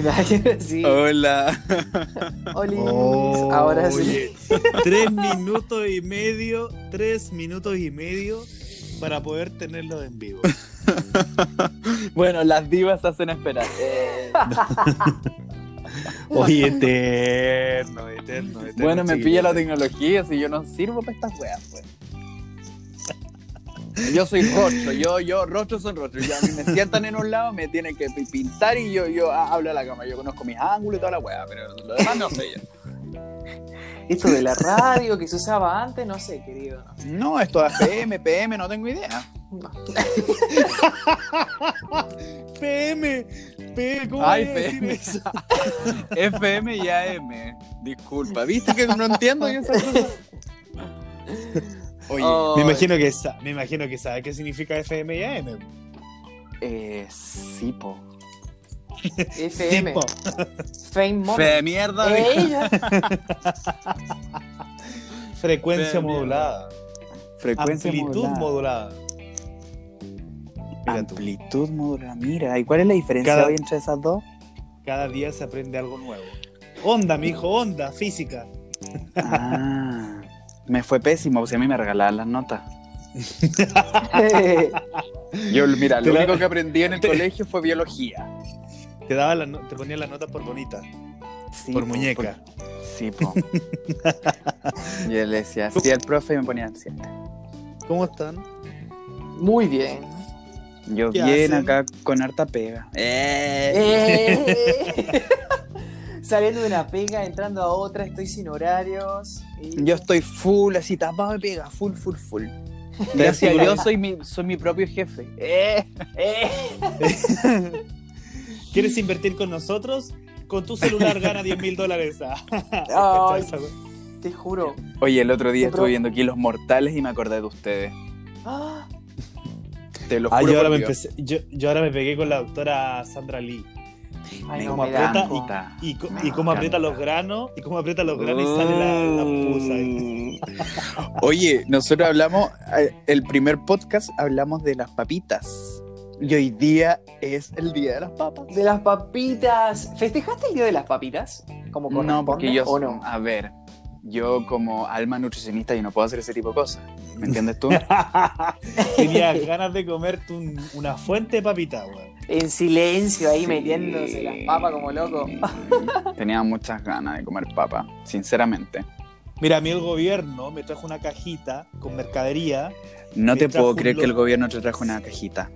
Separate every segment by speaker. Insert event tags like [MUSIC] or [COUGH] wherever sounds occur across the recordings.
Speaker 1: [LAUGHS] sí.
Speaker 2: Ah. Hola.
Speaker 1: Oli,
Speaker 3: Oh,
Speaker 1: ahora sí.
Speaker 4: [LAUGHS]
Speaker 3: oye.
Speaker 4: Tres minutos y medio, tres minutos y medio para poder tenerlo en vivo.
Speaker 2: [LAUGHS] Bueno, las divas hacen esperar. [LAUGHS] Eh,
Speaker 4: Oye, eterno, eterno, eterno.
Speaker 2: bueno, me
Speaker 4: chiquillo.
Speaker 2: pilla la tecnología si yo no sirvo para estas weas, pues. Yo soy rostro, yo, yo, rostro son rostro. Yo, a mí me sientan en un lado, me tienen que pi- pintar y yo, yo ah, hablo a la cama. Yo conozco mis ángulos y toda la wea, pero lo demás no sé yo.
Speaker 1: Esto de la radio que se usaba antes, no sé, querido. no sé.
Speaker 2: No, esto es PM, PM, no tengo idea.
Speaker 4: PM, PM, ¿cómo
Speaker 2: Ay,
Speaker 4: voy a decir
Speaker 2: PM.
Speaker 4: eso?
Speaker 2: FM y AM. Disculpa, ¿viste que no entiendo yo Oh. esas cosas?
Speaker 4: Oye,
Speaker 2: Ay.
Speaker 4: me imagino que sa- me imagino que sabe qué significa FM y AM.
Speaker 2: Eh, sí, po.
Speaker 1: FM.
Speaker 4: Tipo,
Speaker 1: Fame
Speaker 2: Fe de
Speaker 1: Moment.
Speaker 2: mierda, dije.
Speaker 1: Ella.
Speaker 4: frecuencia
Speaker 2: FM.
Speaker 4: modulada,
Speaker 2: Frecuencia
Speaker 4: amplitud
Speaker 2: modulada.
Speaker 4: modulada. Mira tú,
Speaker 2: Amplitud modulada. Mira, ¿y cuál es la diferencia
Speaker 4: Cada-
Speaker 2: hoy entre esas dos?
Speaker 4: cada día se aprende algo nuevo. Onda, mijo, onda, física.
Speaker 2: Ah, me fue pésimo, pues, si a mí me regalaban las notas. [LAUGHS] Yo, mira,
Speaker 4: Te
Speaker 2: lo
Speaker 4: la-
Speaker 2: único que aprendí en el colegio fue biología.
Speaker 4: Te daba la no- te ponía la nota por bonita,
Speaker 2: Sí,
Speaker 4: por
Speaker 2: po,
Speaker 4: muñeca.
Speaker 2: por- sí, po. [LAUGHS] Yo le decía, sí, al profe y me ponían siete.
Speaker 4: ¿Cómo están?
Speaker 1: Muy bien.
Speaker 2: Yo
Speaker 4: ¿Qué
Speaker 2: bien
Speaker 4: hacen?
Speaker 2: acá con harta pega. Eh.
Speaker 1: Eh. [LAUGHS] Saliendo de una pega, entrando a otra, estoy sin horarios. y-
Speaker 2: Yo estoy full, así tapado de pega, full, full, full.
Speaker 4: Gracias
Speaker 2: Gracias
Speaker 4: a
Speaker 2: yo
Speaker 4: Dios.
Speaker 2: soy mi, soy mi propio jefe. Eh, eh.
Speaker 4: ¿Quieres invertir con nosotros? Con tu celular gana 10 mil dólares. Ah,
Speaker 1: Ay. Te juro.
Speaker 2: Oye, el otro día
Speaker 1: Pero-
Speaker 2: estuve viendo Kilos Mortales y me acordé de ustedes.
Speaker 1: ¡Ah!
Speaker 2: Te lo
Speaker 4: Ah,
Speaker 2: juro.
Speaker 4: yo ahora,
Speaker 2: por
Speaker 4: me
Speaker 2: Dios.
Speaker 4: empecé, yo, yo ahora me pegué con la doctora Sandra Lee.
Speaker 1: Ay,
Speaker 2: Me
Speaker 1: no
Speaker 4: como
Speaker 1: me da
Speaker 4: aprieta
Speaker 1: asco.
Speaker 2: encanta.
Speaker 4: Y, co-
Speaker 2: Me
Speaker 4: y cómo
Speaker 2: encanta.
Speaker 4: aprieta los granos, y cómo aprieta los granos y sale la, la
Speaker 2: Oh.
Speaker 4: pusa. ahí.
Speaker 2: Mm. Oye, nosotros hablamos, eh, el primer podcast hablamos de las papitas. Y hoy día es el día de las papas.
Speaker 1: De las papitas. ¿Festejaste el día de las papitas? Como
Speaker 2: No, porque yo.
Speaker 1: corresponde, ¿O no?
Speaker 2: A ver, yo como alma nutricionista, yo no puedo hacer ese tipo de cosas. ¿Me entiendes [LAUGHS] tú?
Speaker 4: Tenías ganas de comerte un- una fuente de papita, weón.
Speaker 1: En silencio ahí
Speaker 2: Sí.
Speaker 1: metiéndose las papas como loco.
Speaker 2: [LAUGHS] Tenía muchas ganas de comer papa, sinceramente.
Speaker 4: Mira, a mí el gobierno me trajo una cajita con mercadería,
Speaker 2: No
Speaker 4: Me
Speaker 2: te
Speaker 4: trajo
Speaker 2: puedo
Speaker 4: un
Speaker 2: creer que el
Speaker 4: loco.
Speaker 2: gobierno te trajo una cajita.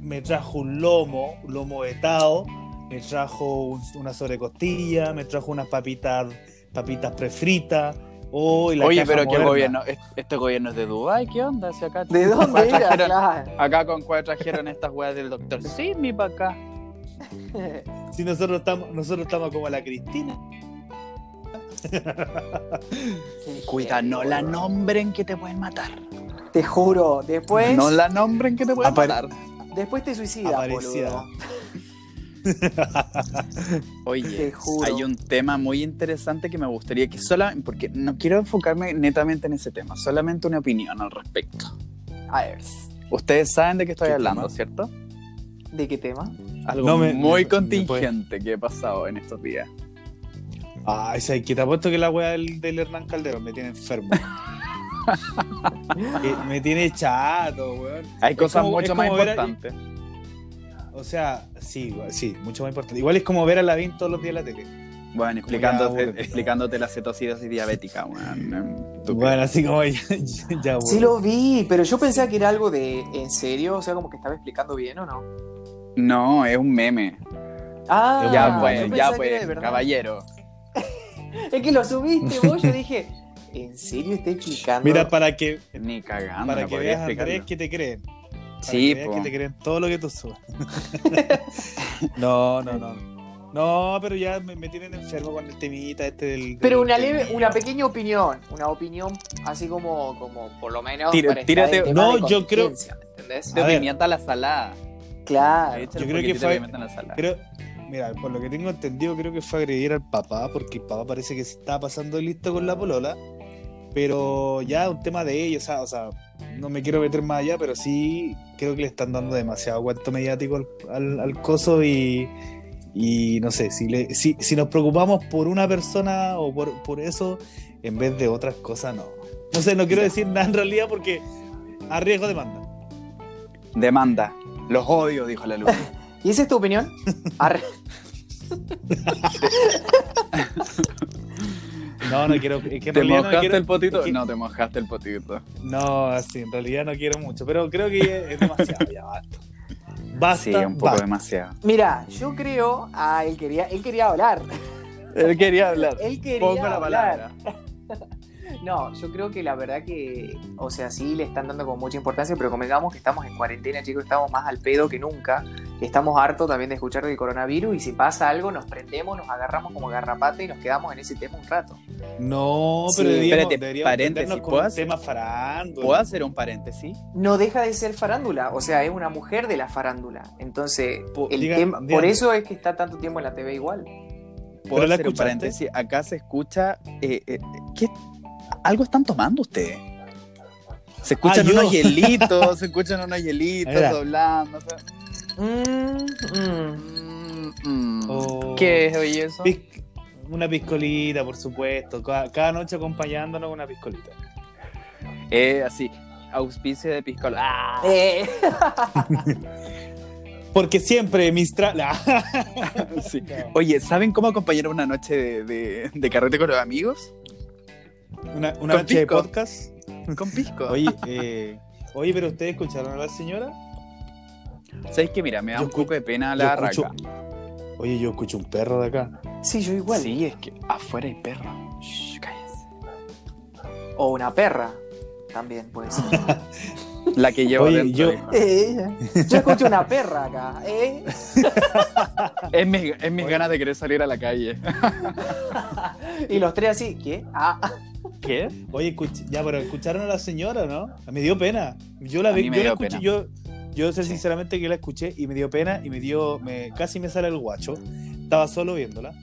Speaker 4: me trajo un lomo, un lomo vetado, me trajo un- una sobrecostilla, me trajo unas papitas, papitas prefritas. Oh, y la
Speaker 2: Oye,
Speaker 4: caja
Speaker 2: pero qué
Speaker 4: moderna.
Speaker 2: gobierno. ¿Est- Este gobierno es de Dubái, ¿qué onda? Si acá
Speaker 1: ¿De dónde
Speaker 2: cuál
Speaker 1: era?
Speaker 2: trajeron-
Speaker 1: Claro.
Speaker 2: Acá con cuál trajeron estas weas del doctor Simi para acá.
Speaker 4: Si nosotros estamos, nosotros estamos como la Cristina.
Speaker 2: Cuida, no la nombren que te pueden matar.
Speaker 1: Te juro,
Speaker 4: Pues,
Speaker 1: después,
Speaker 2: no la nombren que te pueden
Speaker 4: Apare-
Speaker 2: matar.
Speaker 1: después te suicidas,
Speaker 4: Aparecía.
Speaker 1: boludo. Te
Speaker 2: Oye,
Speaker 1: juro.
Speaker 2: hay un tema muy interesante que me gustaría que sola, porque no quiero enfocarme netamente en ese tema, solamente una opinión al respecto.
Speaker 1: A ver,
Speaker 2: Ustedes saben de qué estoy
Speaker 4: ¿Qué
Speaker 2: hablando,
Speaker 4: tema?
Speaker 2: ¿cierto?
Speaker 1: ¿de qué tema?
Speaker 2: Algo
Speaker 4: No, me-
Speaker 2: muy
Speaker 4: me- me
Speaker 2: contingente que he pasado en estos días.
Speaker 4: Ay, ¿sabes qué? Te apuesto Ah, que la weá del, del Hernán Calderón me
Speaker 2: [LAUGHS]
Speaker 4: tiene enfermo. Eh, me tiene chato, weón.
Speaker 2: Hay
Speaker 4: Es
Speaker 2: cosas
Speaker 4: como-
Speaker 2: mucho
Speaker 4: es
Speaker 2: más
Speaker 4: como ver a-
Speaker 2: importantes.
Speaker 4: O sea, sí, we- sí, mucho más importante. Igual es como ver a Lavín todos los días en la tele.
Speaker 2: Bueno,
Speaker 4: Como
Speaker 2: explicándote,
Speaker 4: ya, bueno.
Speaker 2: explicándote la cetosis diabética, weón. Tú-
Speaker 4: Bueno, así como ya, [LAUGHS] ya, ya,
Speaker 1: Sí
Speaker 4: weón.
Speaker 1: lo vi, pero yo pensé que era algo de en serio, o sea, como que estaba explicando bien o no.
Speaker 2: No, es un meme.
Speaker 1: Ah,
Speaker 2: ya
Speaker 1: yo
Speaker 2: pues,
Speaker 1: pensaba
Speaker 2: ya
Speaker 1: que era de
Speaker 2: pues,
Speaker 1: verdad.
Speaker 2: caballero.
Speaker 1: Es que lo subiste vos,
Speaker 2: [LAUGHS]
Speaker 1: yo dije, ¿en serio está explicando?
Speaker 4: Mira, para que,
Speaker 2: Ni cagando.
Speaker 4: para
Speaker 2: Ah, no
Speaker 4: que
Speaker 2: podría
Speaker 4: veas, Andrés,
Speaker 2: explicarlo.
Speaker 4: que te creen. Para
Speaker 2: Sí,
Speaker 4: que, veas
Speaker 2: po.
Speaker 4: que te creen todo lo que tú subes. [LAUGHS] no, no, no. [LAUGHS] No, pero ya me, me tienen enfermo con el temita este del... del-
Speaker 1: pero una
Speaker 4: del-
Speaker 1: leve, una pequeña opinión, una opinión así como, como por lo menos.
Speaker 2: Tira-
Speaker 1: para estar
Speaker 2: tírate-
Speaker 1: en tema
Speaker 4: no,
Speaker 1: de
Speaker 4: yo creo-
Speaker 1: contingencia, ¿Entendés?
Speaker 4: A
Speaker 2: De
Speaker 4: ver.
Speaker 2: pimienta a la salada. Ah,
Speaker 1: Claro.
Speaker 2: Échale
Speaker 4: Yo creo
Speaker 2: poquitito
Speaker 4: que fue-
Speaker 2: de pimienta a la salada.
Speaker 4: Creo, mira, por lo que tengo entendido, creo que fue agredir al papá, porque el papá parece que se estaba pasando listo con la polola. Pero ya un tema de ellos, o sea, o sea, no me quiero meter más allá, pero sí creo que le están dando demasiado cuento mediático al, al- al coso y, Y no sé, si, le- si, si nos preocupamos por una persona o por, por eso, en vez de otras cosas, no. No sé, no quiero decir nada en realidad porque arriesgo demanda.
Speaker 2: Demanda. Los odio, dijo la luz.
Speaker 1: ¿Y esa es tu opinión? Arre.
Speaker 4: No, no quiero. Es que
Speaker 2: ¿Te
Speaker 4: en realidad no
Speaker 2: mojaste
Speaker 4: quiero-
Speaker 2: el potito?
Speaker 4: es que-
Speaker 2: No, te mojaste el potito.
Speaker 4: No, así, en realidad no quiero mucho, pero creo que es demasiado, ya basta. Basta,
Speaker 2: sí, un poco
Speaker 4: basta.
Speaker 2: demasiado.
Speaker 1: Mira, yo creo. Ah, él quería, él quería hablar.
Speaker 2: Él quería hablar.
Speaker 1: Él quería
Speaker 2: Pongo la
Speaker 1: hablar.
Speaker 2: palabra.
Speaker 1: No, yo creo que la verdad que, o sea, sí le están dando con mucha importancia, pero convengamos que estamos en cuarentena, chicos, estamos más al pedo que nunca. Estamos hartos también de escuchar del coronavirus y si pasa algo nos prendemos, nos agarramos como garrapata y nos quedamos en ese tema un rato.
Speaker 4: No,
Speaker 1: Sí,
Speaker 4: pero deberíamos,
Speaker 2: espérate,
Speaker 4: deberíamos
Speaker 2: paréntesis,
Speaker 4: meternos
Speaker 2: ¿puedo
Speaker 4: con un
Speaker 2: hacer?
Speaker 4: tema farándula.
Speaker 2: ¿Puedo hacer un paréntesis?
Speaker 1: No deja de ser farándula, o sea, es una mujer de la farándula. Entonces,
Speaker 4: Po-
Speaker 1: el
Speaker 4: diga-
Speaker 1: tema-
Speaker 4: diga-
Speaker 1: por eso es que está tanto tiempo en la TV igual.
Speaker 2: ¿Puedo
Speaker 4: ¿Pero la
Speaker 2: hacer un
Speaker 4: escuchaste?
Speaker 2: paréntesis? Acá se escucha... eh, eh, ¿qué? ¿Algo están tomando ustedes? Se escuchan
Speaker 4: Ah, yo.
Speaker 2: unos
Speaker 4: [LAUGHS]
Speaker 2: hielitos, se escuchan unos hielitos
Speaker 4: Mira.
Speaker 2: doblando. o sea,
Speaker 1: Mm, mm.
Speaker 2: mm, mm.
Speaker 4: Oh.
Speaker 2: ¿Qué es hoy eso?
Speaker 4: Pis- Una piscolita, por supuesto. Cada, cada noche acompañándonos con una piscolita.
Speaker 2: Eh, así, auspicio de piscola. ¡Ah!
Speaker 4: [LAUGHS]
Speaker 1: Eh,
Speaker 4: Porque siempre mis tra...
Speaker 2: Sí. Oye, ¿saben cómo acompañar una noche de, de- de carrete con los
Speaker 4: [LAUGHS]
Speaker 2: amigos?
Speaker 4: [LAUGHS] Una, una
Speaker 2: Con
Speaker 4: noche de
Speaker 2: pisco.
Speaker 4: podcast.
Speaker 2: Con pisco.
Speaker 4: Oye, eh, oye, pero ustedes escucharon a la señora.
Speaker 2: ¿Sabes qué? Mira, me da
Speaker 4: Yo
Speaker 2: un poco de pena
Speaker 4: yo
Speaker 2: la
Speaker 4: escucho-
Speaker 2: raca.
Speaker 4: Oye, yo escucho un perro de acá.
Speaker 1: sí, yo igual.
Speaker 2: Sí, es que afuera hay perro. Shh,
Speaker 4: [LAUGHS]
Speaker 2: cállense.
Speaker 1: O una perra, también puede ser.
Speaker 2: La que llevo
Speaker 4: Oye,
Speaker 2: dentro.
Speaker 4: yo-
Speaker 2: hijo.
Speaker 1: Eh, yo escucho una perra acá. eh.
Speaker 2: Es, mi- es mis
Speaker 4: Oye.
Speaker 2: ganas de querer salir a la calle.
Speaker 1: Y los tres así, ¿qué? Ah,
Speaker 2: ¿Qué?
Speaker 4: Oye, escuch- ya, pero escucharon a la señora, ¿no? Ah, Me dio pena. Yo la
Speaker 2: A mí
Speaker 4: vi, yo
Speaker 2: me
Speaker 4: la
Speaker 2: dio
Speaker 4: escuché,
Speaker 2: pena.
Speaker 4: yo, yo sé
Speaker 2: Sí.
Speaker 4: sinceramente que la escuché y me dio pena y me dio, me, casi me sale el guacho. Estaba solo viéndola.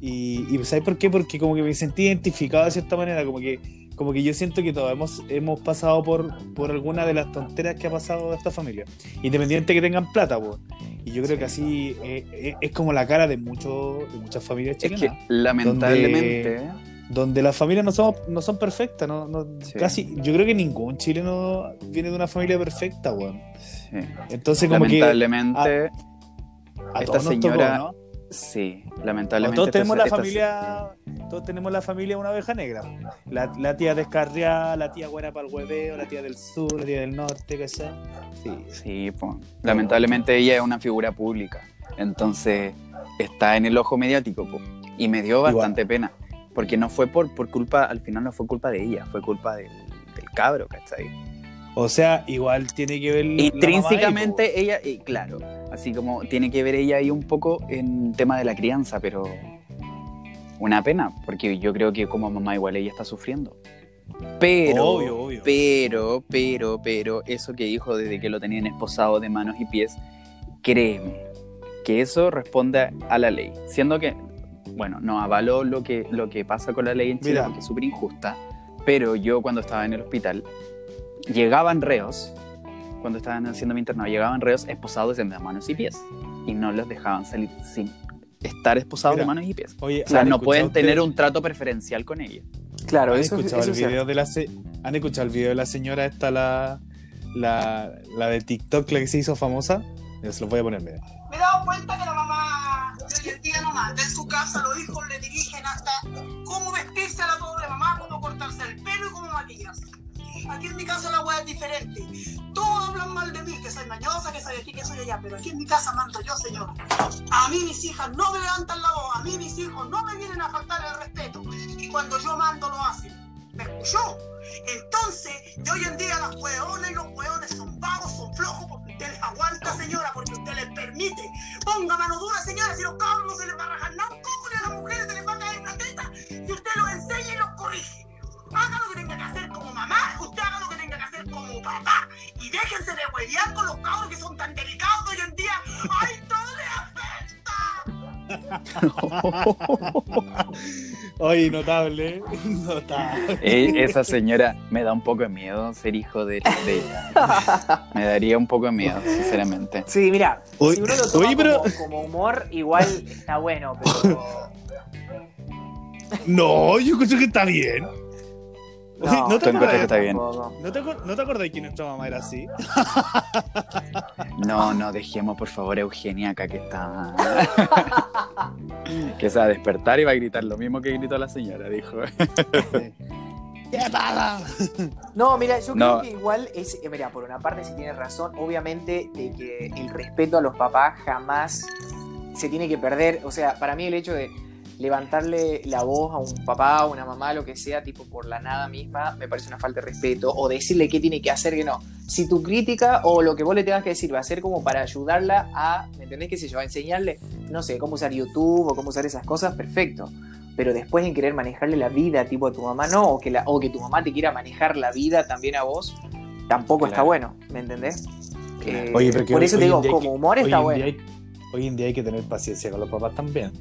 Speaker 4: Y, y ¿sabes por qué? Porque como que me sentí identificado de cierta manera, como que, como que yo siento que todos hemos, hemos pasado por, por alguna de las tonteras que ha pasado esta familia. Independiente que tengan plata, po. Y yo creo que así eh, eh, es como la cara de, mucho, de muchas familias
Speaker 2: Es
Speaker 4: chilenas
Speaker 2: que lamentablemente.
Speaker 4: donde las familias no son, no son perfectas, no, no-
Speaker 2: Sí.
Speaker 4: casi, yo creo que ningún chileno viene de una familia perfecta, weón.
Speaker 2: sí,
Speaker 4: Entonces como que ah, a
Speaker 2: lamentablemente.
Speaker 4: todos
Speaker 2: esta
Speaker 4: nos
Speaker 2: señora-
Speaker 4: tocó, ¿no?
Speaker 2: Sí,
Speaker 4: O
Speaker 2: lamentablemente.
Speaker 4: todos tenemos la
Speaker 2: esta-
Speaker 4: familia, todos tenemos la familia una oveja negra. La, la tía descarriada, la tía buena para el hueveo, la tía del sur, la tía del norte, qué sé. Sí.
Speaker 2: Sí, pues. Lamentablemente ella es una figura pública. Entonces está en el ojo mediático, po. Y me dio
Speaker 4: Igual.
Speaker 2: bastante pena. Porque no fue por, por culpa, al final no fue culpa de ella, fue culpa del, del cabro, ¿cachai?
Speaker 4: O sea, igual tiene que ver la mamá ahí,
Speaker 2: Intrínsecamente ella, y claro, así como tiene que ver ella ahí un poco en tema de la crianza, pero una pena, porque yo creo que como mamá igual ella está sufriendo.
Speaker 4: po.
Speaker 2: Pero,
Speaker 4: obvio, obvio.
Speaker 2: pero, pero, pero, eso que dijo desde que lo tenían esposado de manos y pies, créeme, que eso responde a la ley. Siendo que, bueno, no avalo lo que, lo que pasa con la ley en Chile
Speaker 4: Mira.
Speaker 2: porque es súper injusta, pero yo cuando estaba en el hospital, llegaban reos, cuando estaban haciendo mi internado, llegaban reos esposados de manos y pies y no los dejaban salir sin estar esposados de
Speaker 4: Mira.
Speaker 2: manos y pies.
Speaker 4: Oye,
Speaker 2: O sea,
Speaker 4: ¿han
Speaker 2: no
Speaker 4: escuchado
Speaker 2: pueden
Speaker 4: ustedes-
Speaker 2: tener un trato preferencial con ella.
Speaker 1: claro,
Speaker 4: ¿Han
Speaker 1: eso, es-
Speaker 4: escuchado,
Speaker 1: eso
Speaker 4: el
Speaker 1: es cierto.
Speaker 4: video de la se- ¿Han escuchado el video de la señora esta, la, la, la de TikTok, la que se hizo famosa? Yo se los voy a poner, mira.
Speaker 3: Me he dado cuenta que la mamá argentina no manda en su casa, los hijos le dirigen hasta cómo vestirse a la pobre mamá, cómo cortarse el pelo y cómo maquillarse. Aquí en mi casa la hueá es diferente. Todos hablan mal de mí, que soy mañosa, que soy aquí, que soy allá, pero aquí en mi casa mando yo, señora. A mí mis hijas no me levantan la voz, a mí mis hijos no me vienen a faltar el respeto. Y cuando yo mando lo hacen. ¿Me escuchó? Entonces, de hoy en día las hueones y los hueones son vagos, son flojos, porque usted les aguanta, señora, porque usted les permite. Ponga mano dura, señora, si los cabros no se les va a rajar nada, un coco, ni a las mujeres se les va a caer una teta, si usted los enseña y los corrige. Haga lo que tenga que hacer como mamá, usted haga lo que tenga que hacer como papá. Y déjense de huelear con los cabros que son tan delicados de hoy en día. ¡Ay, todo les afecta!
Speaker 4: Oye, notable, [LAUGHS] notable.
Speaker 2: Eh, [LAUGHS] Esa señora me da un poco de miedo ser hijo de, de ella. Me daría un poco de miedo, sinceramente.
Speaker 1: Sí, mira,
Speaker 4: Oye,
Speaker 1: si uno lo toma
Speaker 4: oye, pero-
Speaker 1: como, como humor, igual está bueno, pero.
Speaker 4: No, yo creo que está bien. Oye,
Speaker 1: No,
Speaker 2: Tú
Speaker 4: ¿no,
Speaker 2: encuentras que
Speaker 4: te acordás,
Speaker 2: está bien.
Speaker 1: tampoco.
Speaker 4: ¿no, te acor- ¿No te acordás que nuestra mamá era así?
Speaker 2: No, no, dejemos por favor a Eugenia acá que [LAUGHS] está. que se va a despertar y va a gritar lo mismo que gritó la señora, dijo.
Speaker 4: ¡Qué pasa!
Speaker 1: No, mira, yo
Speaker 2: No.
Speaker 1: creo que igual es, eh, mira, por una parte sí tiene razón, obviamente, de que el respeto a los papás jamás se tiene que perder. O sea, para mí el hecho de levantarle la voz a un papá, a una mamá, lo que sea, tipo por la nada misma, me parece una falta de respeto. O decirle qué tiene que hacer, que no. Si tu crítica o lo que vos le tengas que decir va a ser como para ayudarla a, ¿me entendés? ¿Qué sé yo? A enseñarle, no sé, cómo usar YouTube o cómo usar esas cosas, perfecto pero después en querer manejarle la vida tipo a tu mamá, no, o que, la, o que tu mamá te quiera manejar la vida también a vos, tampoco está
Speaker 2: Claro.
Speaker 1: bueno, ¿me entendés? Eh,
Speaker 4: Oye, pero que
Speaker 1: por
Speaker 4: hoy-
Speaker 1: eso te
Speaker 4: hoy
Speaker 1: digo,
Speaker 4: en día hay
Speaker 1: como
Speaker 4: que-
Speaker 1: humor está
Speaker 4: hoy en
Speaker 1: bueno.
Speaker 4: día hay- hoy en día hay que tener paciencia con los papás también.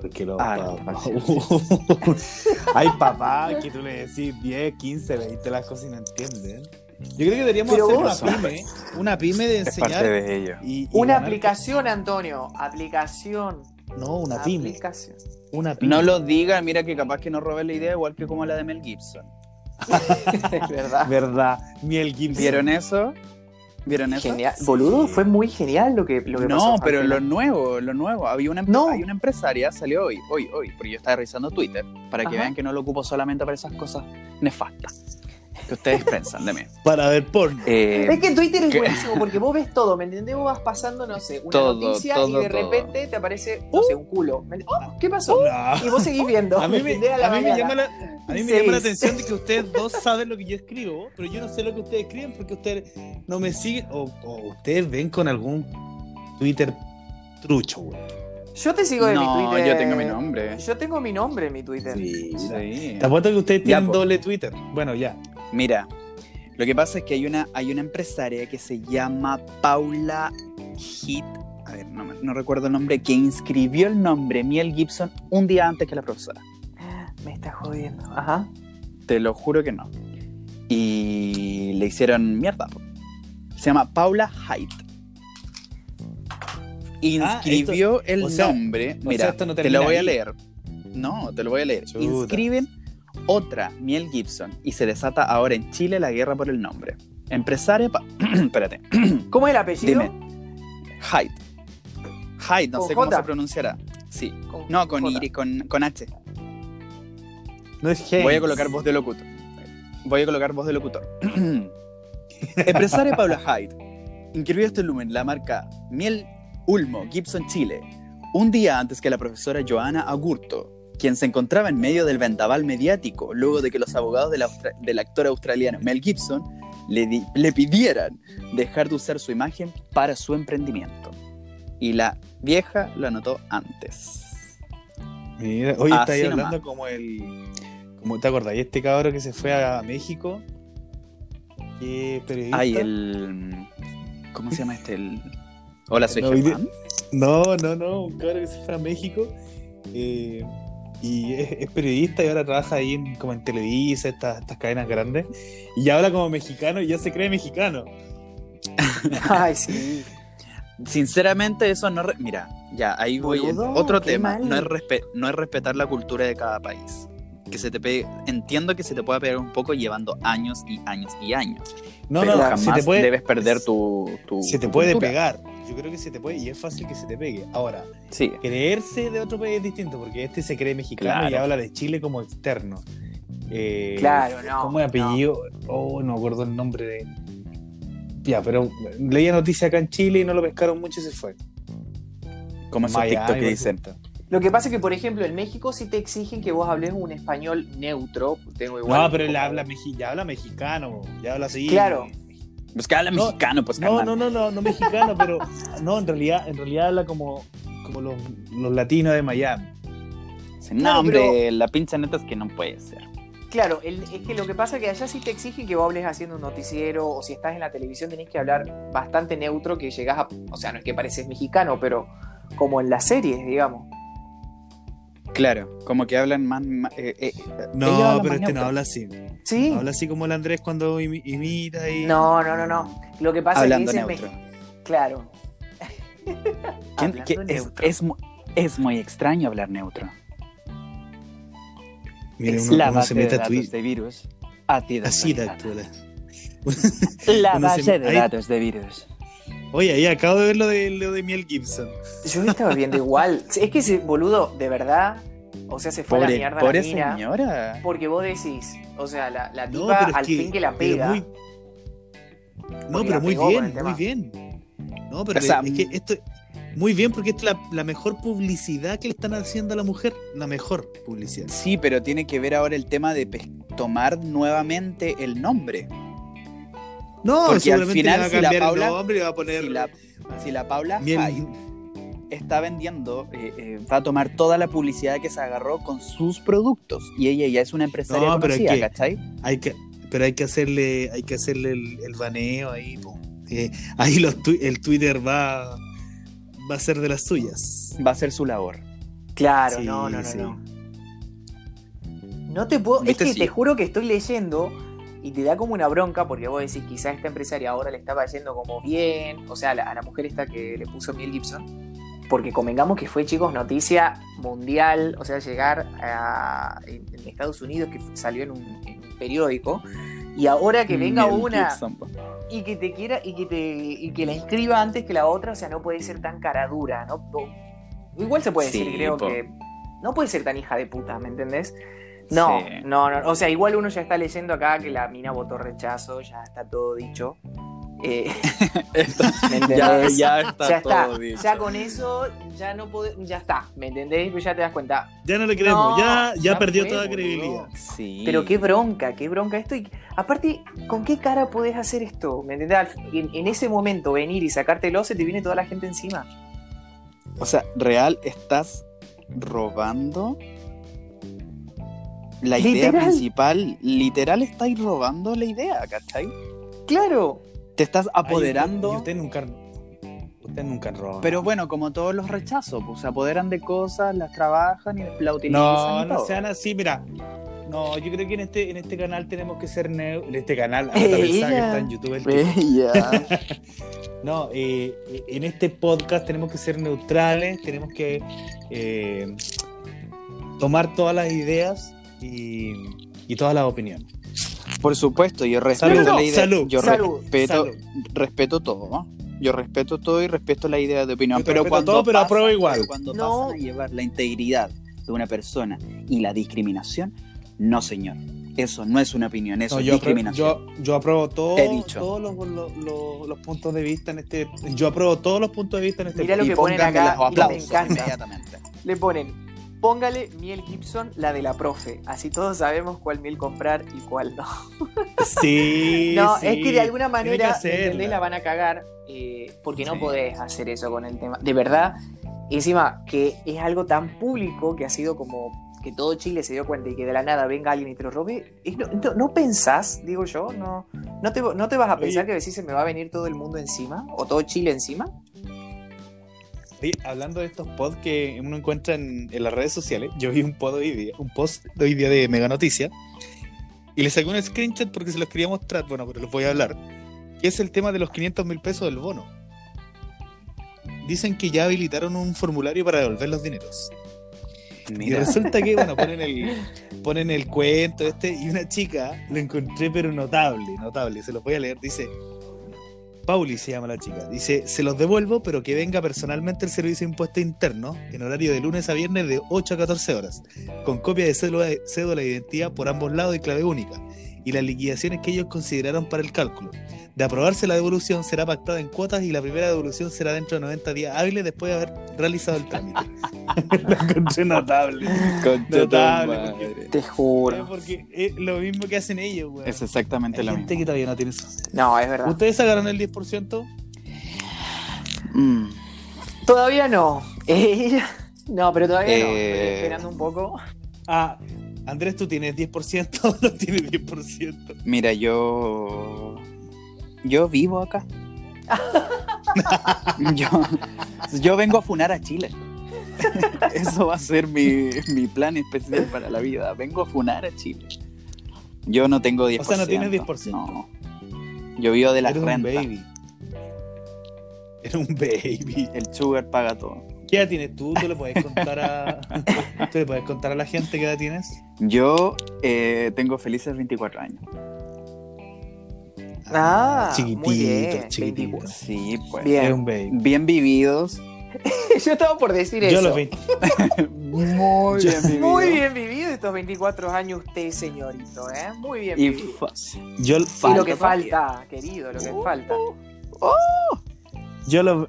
Speaker 4: Porque los
Speaker 2: Ah, la
Speaker 4: papás.
Speaker 2: [LAUGHS]
Speaker 4: hay papás que tú le decís 10, 15, 20 las cosas y no entienden. Yo creo que deberíamos
Speaker 1: Pero vos-
Speaker 4: hacer una pyme, una pyme de
Speaker 2: Es parte
Speaker 4: enseñar.
Speaker 2: de ello.
Speaker 4: y- y
Speaker 1: Una
Speaker 4: ganar-
Speaker 1: aplicación, Antonio, aplicación.
Speaker 4: No, una pyme.
Speaker 1: aplicación.
Speaker 4: Una pyme.
Speaker 2: No lo diga, mira que capaz que no robé la idea, igual que como la de Mel Gibson.
Speaker 1: Es [LAUGHS] verdad.
Speaker 4: Verdad. Miel Gibson.
Speaker 2: ¿Vieron eso? ¿Vieron eso?
Speaker 1: Genial. Boludo, fue muy genial lo que, lo que pasó.
Speaker 2: No, pero lo
Speaker 1: Ángela.
Speaker 2: nuevo, lo nuevo. Había una,
Speaker 1: No.
Speaker 2: hay una empresaria, salió hoy, hoy, hoy, porque yo estaba revisando Twitter, para que
Speaker 1: Ajá.
Speaker 2: vean que no lo ocupo solamente para esas cosas nefastas
Speaker 1: [LAUGHS]
Speaker 2: que ustedes piensan de mí.
Speaker 4: Para ver porno.
Speaker 2: Eh,
Speaker 1: Es que Twitter es
Speaker 2: ¿Qué?
Speaker 1: buenísimo porque vos ves todo, ¿me entendés? Vos vas pasando, no sé, una
Speaker 2: Todo,
Speaker 1: noticia
Speaker 2: todo,
Speaker 1: y de
Speaker 2: todo.
Speaker 1: repente te aparece, no sé, un culo. ¿Me ent- Oh, ¿Qué pasó?
Speaker 4: No.
Speaker 1: Y vos seguís viendo.
Speaker 4: A mí me,
Speaker 1: entendés? la
Speaker 4: a mí me
Speaker 1: mañana.
Speaker 4: llama la, a mí me
Speaker 1: Sí.
Speaker 4: llama la atención de que ustedes dos saben lo que yo escribo, pero yo no sé lo que ustedes escriben porque ustedes no me siguen o, o ustedes ven con algún Twitter trucho, güey.
Speaker 1: Yo te sigo de mi
Speaker 2: no,
Speaker 1: Twitter.
Speaker 2: yo tengo mi nombre.
Speaker 1: Yo tengo mi nombre en mi Twitter.
Speaker 2: Sí.
Speaker 4: Te apuesto que ustedes
Speaker 2: Ya,
Speaker 4: tienen
Speaker 2: po.
Speaker 4: doble Twitter. Bueno, ya.
Speaker 2: Mira, lo que pasa es que hay una, hay una empresaria que se llama Paula Hit. A ver, no, me- no recuerdo el nombre, que inscribió el nombre Miel Gibson un día antes que la profesora.
Speaker 1: Me está jodiendo. Ajá.
Speaker 2: Te lo juro que no. Y le hicieron mierda. po. Se llama Paula Haidt. Inscribió el
Speaker 4: Ah, o sea-
Speaker 2: nombre.
Speaker 4: o
Speaker 2: mira,
Speaker 4: sea, esto no
Speaker 2: te lo
Speaker 4: termina
Speaker 2: voy a
Speaker 4: ahí.
Speaker 2: leer. No, te lo voy a leer.
Speaker 4: Chuta.
Speaker 2: Inscriben otra Miel Gibson y se desata ahora en Chile la guerra por el nombre. Empresaria. pa- [CLEARS THROAT] Espérate.
Speaker 1: ¿Cómo es el apellido?
Speaker 2: Dime. Haidt. Haidt, no
Speaker 1: ¿Con
Speaker 2: sé cómo
Speaker 1: J?
Speaker 2: se pronunciará. Sí. No, con,
Speaker 1: J.
Speaker 2: Y, con, con H.
Speaker 4: No es hate.
Speaker 2: Voy a colocar voz de locutor. Voy a colocar voz de locutor. [CLEARS THROAT] Empresaria Paula Hyde inscribió este lumen la marca Miel Ulmo Gibson Chile un día antes que la profesora Joana Agurto, quien se encontraba en medio del vendaval mediático luego de que los abogados del, austra- del actor australiano Mel Gibson le, di- le pidieran dejar de usar su imagen para su emprendimiento. Y la vieja lo anotó antes.
Speaker 4: Mira, hoy está ahí
Speaker 2: Así
Speaker 4: hablando
Speaker 2: Ah, nomás.
Speaker 4: como el. Como, ¿Te acordás? Y este cabro que se fue a México. Que es periodista.
Speaker 2: Ay, Ah, el. ¿Cómo se llama este? El... Hola, soy
Speaker 4: No,
Speaker 2: Germán.
Speaker 4: No, no, no, un cabrón que se fue a México eh, y es, es periodista y ahora trabaja ahí en, como en Televisa, estas, estas cadenas grandes, y ya habla como mexicano y ya se cree mexicano.
Speaker 1: [LAUGHS] Ay, sí.
Speaker 2: Sinceramente, eso no. re- Mira, ya, ahí voy. en
Speaker 1: Boludo,
Speaker 2: Otro
Speaker 1: qué
Speaker 2: tema.
Speaker 1: mal.
Speaker 2: No es, respe- no es respetar la cultura de cada país. Que se te pegue. Entiendo que se te pueda pegar un poco llevando años y años y años.
Speaker 4: No,
Speaker 2: pero
Speaker 4: no,
Speaker 2: jamás
Speaker 4: se te puede,
Speaker 2: debes perder tu. tu-
Speaker 4: se te
Speaker 2: tu
Speaker 4: puede
Speaker 2: cultura.
Speaker 4: pegar. Yo creo que se te puede y es fácil que se te pegue. Ahora,
Speaker 2: Sí.
Speaker 4: creerse de otro país es distinto porque este se cree mexicano y
Speaker 2: Claro.
Speaker 4: habla de Chile como externo. Eh,
Speaker 1: Claro, no.
Speaker 4: ¿Cómo es apellido? Oh, no me acuerdo el nombre de. Ya, pero leía noticia acá en Chile y no lo pescaron mucho y se fue.
Speaker 2: Como esos
Speaker 4: Miami,
Speaker 2: TikTok que
Speaker 4: por
Speaker 2: dicen.
Speaker 1: no. Lo que pasa es que, por ejemplo, en México sí te exigen que vos hables un español neutro. Tengo igual.
Speaker 4: No, pero él
Speaker 1: como-
Speaker 4: habla, meji- ya habla mexicano, ya habla así.
Speaker 1: Claro.
Speaker 2: Pues que habla
Speaker 4: No,
Speaker 2: mexicano, pues
Speaker 4: No,
Speaker 2: Germán.
Speaker 4: no, no, no, no mexicano, pero no, en realidad, en realidad habla como, como los, los latinos de Miami.
Speaker 2: Dicen, No,
Speaker 1: Claro,
Speaker 2: hombre,
Speaker 1: pero-
Speaker 2: la pincha neta es que no puede ser.
Speaker 1: Claro, el- es que lo que pasa es que allá sí te exigen que vos hables haciendo un noticiero o si estás en la televisión tenés que hablar bastante neutro que llegás a... O sea, no es que pareces mexicano, pero como en las series, digamos.
Speaker 2: Claro, como que hablan más. más- eh, eh, ellos
Speaker 4: No,
Speaker 2: hablan pues.
Speaker 4: pero
Speaker 2: más
Speaker 4: este no
Speaker 2: neutro.
Speaker 4: habla así.
Speaker 1: Sí.
Speaker 4: Habla así como el Andrés cuando imi- imita y.
Speaker 1: No, no, no, no. Lo que pasa
Speaker 2: Hablando
Speaker 1: es que ese es
Speaker 2: neutro.
Speaker 1: me- Claro.
Speaker 2: ¿Quién-
Speaker 1: Hablando
Speaker 2: qué- es,
Speaker 1: neutro.
Speaker 2: es mu- es muy extraño hablar neutro.
Speaker 4: Mire,
Speaker 2: Es
Speaker 4: uno,
Speaker 2: la
Speaker 4: uno
Speaker 2: base
Speaker 4: se
Speaker 2: de
Speaker 4: mete a
Speaker 2: datos
Speaker 4: Twitter.
Speaker 2: de virus. A ti de
Speaker 4: Así de
Speaker 2: actualidad.
Speaker 4: actual.
Speaker 2: La
Speaker 4: Uno se-
Speaker 2: base de
Speaker 4: ahí-
Speaker 2: datos de virus.
Speaker 4: Oye, ahí acabo de ver lo de, lo de Miel Gibson.
Speaker 1: Yo estaba viendo igual. Es que ese boludo, de verdad, o sea, se fue a la
Speaker 2: Pobre,
Speaker 1: mierda
Speaker 2: pobre
Speaker 1: la mina.
Speaker 2: señora.
Speaker 1: Porque vos decís, o sea, la, la
Speaker 4: No,
Speaker 1: tipa
Speaker 4: pero es
Speaker 1: al fin que la
Speaker 4: pero
Speaker 1: pega.
Speaker 4: muy- No,
Speaker 1: Porque
Speaker 4: pero
Speaker 1: la
Speaker 4: muy
Speaker 1: pegó con
Speaker 4: bien,
Speaker 1: el
Speaker 4: muy
Speaker 1: tema.
Speaker 4: bien. No, pero
Speaker 2: O sea, mm.
Speaker 4: le- es que esto. Muy bien, porque esta es la, la mejor publicidad que le están haciendo a la mujer. La mejor publicidad.
Speaker 2: Sí, pero tiene que ver ahora el tema de pes- tomar nuevamente el nombre.
Speaker 4: No,
Speaker 2: Porque al
Speaker 4: seguramente
Speaker 2: final,
Speaker 4: le va a
Speaker 2: si la
Speaker 4: cambiar
Speaker 2: Paula-
Speaker 4: el nombre y le va a poner.
Speaker 2: Si la, si la Paula
Speaker 4: Miel-
Speaker 2: Hyde está vendiendo, eh, eh, va a tomar toda la publicidad que se agarró con sus productos. Y ella ya es una empresaria
Speaker 4: No, pero es
Speaker 2: conocida,
Speaker 4: que-
Speaker 2: ¿cachai?
Speaker 4: Hay que, pero hay que hacerle, hay que hacerle el, el baneo ahí. po. Eh, ahí los twi- el Twitter va, va a ser de las suyas.
Speaker 2: Va a ser su labor.
Speaker 1: Claro,
Speaker 4: Sí,
Speaker 1: no, no, no,
Speaker 4: sí.
Speaker 1: no. No te puedo. Es
Speaker 2: Viste,
Speaker 1: que
Speaker 2: sí.
Speaker 1: te juro que estoy leyendo y te da como una bronca porque vos decís, quizás esta empresaria ahora le estaba yendo como bien. O sea, a la, a la mujer esta que le puso Miel Gibson. Porque convengamos que fue, chicos, noticia mundial. O sea, llegar a, en, en Estados Unidos, que f- salió en un, en un periódico. Y ahora que venga
Speaker 2: Mel
Speaker 1: una
Speaker 2: Gibson, po.
Speaker 1: y que te quiera y que te y que la inscriba antes que la otra, o sea, no puede ser tan caradura, ¿no? No. Igual se puede
Speaker 2: Sí,
Speaker 1: decir, creo
Speaker 2: po.
Speaker 1: que no puede ser tan hija de puta, ¿me entendés? No,
Speaker 2: Sí.
Speaker 1: no, no, o sea, igual uno ya está leyendo acá que la mina votó rechazo, ya está todo dicho. Eh,
Speaker 2: [LAUGHS] Está-
Speaker 1: ¿me
Speaker 2: ya,
Speaker 1: entendés?
Speaker 2: ya está
Speaker 1: Ya está,
Speaker 2: todo dicho.
Speaker 1: ya con eso ya no puede, ya está, ¿me entendés? Pero ya te das cuenta.
Speaker 4: Ya no le creemos,
Speaker 1: No,
Speaker 4: ya, ya,
Speaker 1: ya
Speaker 4: perdió
Speaker 1: fue,
Speaker 4: toda
Speaker 1: boludo.
Speaker 4: credibilidad.
Speaker 2: Sí.
Speaker 1: Pero qué bronca, qué bronca esto. Y aparte, ¿con qué cara podés hacer esto? ¿Me entendés? En, en ese momento venir y sacártelo, se te viene toda la gente encima.
Speaker 2: O sea, real, estás robando la idea
Speaker 1: Literal.
Speaker 2: principal. Literal, estáis robando la idea, ¿cachai?
Speaker 1: Claro.
Speaker 2: Te estás
Speaker 4: Ay, y
Speaker 2: apoderando.
Speaker 4: usted nunca, usted nunca roba.
Speaker 2: Pero bueno, como todos los rechazos, pues se apoderan de cosas, las trabajan y la utilizan.
Speaker 4: no,
Speaker 2: y
Speaker 4: no
Speaker 2: todo. [LAUGHS]
Speaker 4: sean así, mira. No, yo creo que en este, en este canal tenemos que ser neutros. En este canal, ahora
Speaker 1: Ella.
Speaker 4: pensaba que está en YouTube el tipo. [LAUGHS]
Speaker 2: Bella.
Speaker 4: No, eh, eh, en este podcast tenemos que ser neutrales, tenemos que eh, tomar todas las ideas y, y todas las opiniones.
Speaker 2: Por supuesto, yo respeto
Speaker 4: Salud,
Speaker 2: la idea.
Speaker 4: salud,
Speaker 2: yo
Speaker 1: salud,
Speaker 2: respeto,
Speaker 4: salud.
Speaker 2: respeto todo. ¿no? Yo respeto todo y respeto la idea de opinión.
Speaker 4: Yo te
Speaker 2: pero
Speaker 4: respeto
Speaker 2: cuando
Speaker 4: todo, pero
Speaker 2: pasan-
Speaker 4: apruebo igual.
Speaker 2: pero Cuando
Speaker 1: No.
Speaker 2: pasan a llevar la integridad de una persona y la discriminación, no, señor. Eso no es una opinión, eso
Speaker 4: No,
Speaker 2: es
Speaker 4: yo, apro-
Speaker 2: discriminación.
Speaker 4: yo, yo apruebo todo-
Speaker 2: Te he dicho.
Speaker 4: todos los, los- los- los puntos de vista en este. Yo apruebo todos los puntos de vista en este
Speaker 1: Mira lo
Speaker 2: y
Speaker 1: que ponen
Speaker 2: pónganme
Speaker 1: acá,
Speaker 2: los
Speaker 1: y me
Speaker 2: aplausos
Speaker 1: encanta.
Speaker 2: inmediatamente.
Speaker 1: Le ponen, póngale miel Gibson, la de la profe. Así todos sabemos cuál miel comprar y cuál no.
Speaker 4: Sí.
Speaker 1: [LAUGHS] no,
Speaker 4: sí.
Speaker 1: es que de alguna manera,
Speaker 4: que hacerla.
Speaker 1: ¿entendés? La van a cagar eh, porque no
Speaker 2: Sí.
Speaker 1: podés hacer eso con el tema. De verdad, encima que es algo tan público que ha sido como que todo Chile se dio cuenta y que de la nada venga alguien y te lo robe. Es- No, no- no pensás, digo yo, no, no, te, no te vas a
Speaker 4: Oye.
Speaker 1: pensar que decís se me va a venir todo el mundo encima o todo Chile encima.
Speaker 4: Oye, hablando de estos pods que uno encuentra en, en las redes sociales, yo vi un pod hoy día, un post de hoy día de Mega Noticia, y le saqué un screenshot porque se los quería mostrar, bueno, pero los voy a hablar, que es el tema de los 500 mil pesos del bono. Dicen que ya habilitaron un formulario para devolver los dineros. Y [LAUGHS]
Speaker 2: Mira,
Speaker 4: resulta que, bueno, ponen el, ponen el cuento este y una chica lo encontré, pero notable, notable. Se los voy a leer. Dice, Pauli se llama la chica. Dice, se los devuelvo, pero que venga personalmente el servicio de impuesto interno en horario de lunes a viernes de 8 a 14 horas, con copia de cédula, cédula de identidad por ambos lados y clave única, y las liquidaciones que ellos consideraron para el cálculo. De aprobarse la devolución será pactada en cuotas y la primera devolución será dentro de 90 días hábiles después de haber realizado el [LAUGHS] trámite. lo encontré notable.
Speaker 2: concha tu
Speaker 4: Notable,
Speaker 2: madre.
Speaker 1: Te
Speaker 4: Eh,
Speaker 1: juro.
Speaker 4: Porque es lo mismo que hacen ellos, güey.
Speaker 2: Es exactamente
Speaker 4: Hay
Speaker 2: lo
Speaker 4: gente
Speaker 2: mismo.
Speaker 4: que todavía no tiene eso.
Speaker 1: No, es verdad.
Speaker 4: ¿Ustedes sacaron el 10%?
Speaker 2: Mm.
Speaker 1: Todavía no. [LAUGHS] Eh, no, pero todavía no. Estoy
Speaker 2: Eh.
Speaker 1: esperando un poco. [LAUGHS]
Speaker 4: Ah, Andrés, ¿tú tienes [LAUGHS] 10% o no tienes 10%?
Speaker 2: Mira, yo. Yo vivo
Speaker 4: [LAUGHS]
Speaker 2: acá. yo, yo vengo a funar a Chile. [LAUGHS] Eso va a ser mi, mi plan especial para la vida. Vengo a funar a Chile. Yo no tengo 10%.
Speaker 4: O sea, no tienes 10%.
Speaker 2: No. Yo vivo de las
Speaker 4: Eres un
Speaker 2: rentas.
Speaker 4: baby. Eres un baby.
Speaker 2: El sugar paga todo.
Speaker 4: ¿Qué edad tienes tú? ¿Tú le puedes contar a, [LAUGHS] ¿tú le puedes contar a la gente qué edad tienes?
Speaker 2: Yo eh, tengo felices 24 años.
Speaker 1: Ah,
Speaker 4: chiquitito,
Speaker 1: muy bien.
Speaker 4: chiquitito.
Speaker 1: 24.
Speaker 2: Sí, pues. Bien,
Speaker 1: Bien.
Speaker 4: Eres un baby.
Speaker 2: vividos.
Speaker 1: Yo estaba por decir
Speaker 4: Yo a
Speaker 1: eso.
Speaker 4: los 20.
Speaker 2: [LAUGHS] Muy bien vividos.
Speaker 1: Muy bien vivido estos 24 años usted, señorito, ¿eh? Muy bien
Speaker 2: Y
Speaker 1: vivido.
Speaker 2: fa-
Speaker 4: Yo,
Speaker 1: Y lo que
Speaker 2: todavía.
Speaker 1: falta, querido, lo que
Speaker 4: Uh,
Speaker 1: falta.
Speaker 2: Uh,
Speaker 4: yo a los.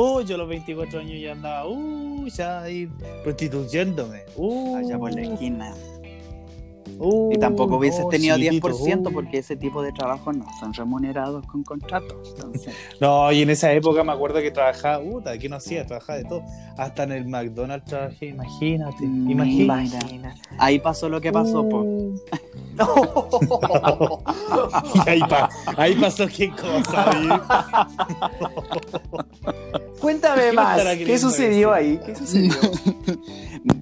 Speaker 4: Oh, yo a los 24 años ya andaba, uh, ya ahí prostituyéndome. Uh,
Speaker 2: Allá por la esquina.
Speaker 4: uh,
Speaker 2: Y tampoco hubieses
Speaker 4: no,
Speaker 2: tenido
Speaker 4: chiquitito,
Speaker 2: 10%
Speaker 4: uh.
Speaker 2: porque ese tipo de trabajos no son remunerados con contratos. Entonces,
Speaker 4: No, y en esa época me acuerdo que trabajaba, uh, ¿qué no hacía? Trabajaba de todo. Hasta en el McDonald's trabajé, imagínate.
Speaker 2: Mm,
Speaker 4: Imagínate.
Speaker 1: Imagina.
Speaker 2: ahí pasó lo que pasó, pues. po.
Speaker 4: Uh.
Speaker 1: No.
Speaker 4: Y ahí, pa- ahí pasó qué cosa, ¿eh?
Speaker 1: [LAUGHS] Cuéntame
Speaker 4: ¿Qué
Speaker 1: más.
Speaker 4: estará
Speaker 1: ¿Qué
Speaker 4: queriendo
Speaker 1: sucedió ahí?
Speaker 4: decir? [LAUGHS]
Speaker 1: ¿Qué sucedió?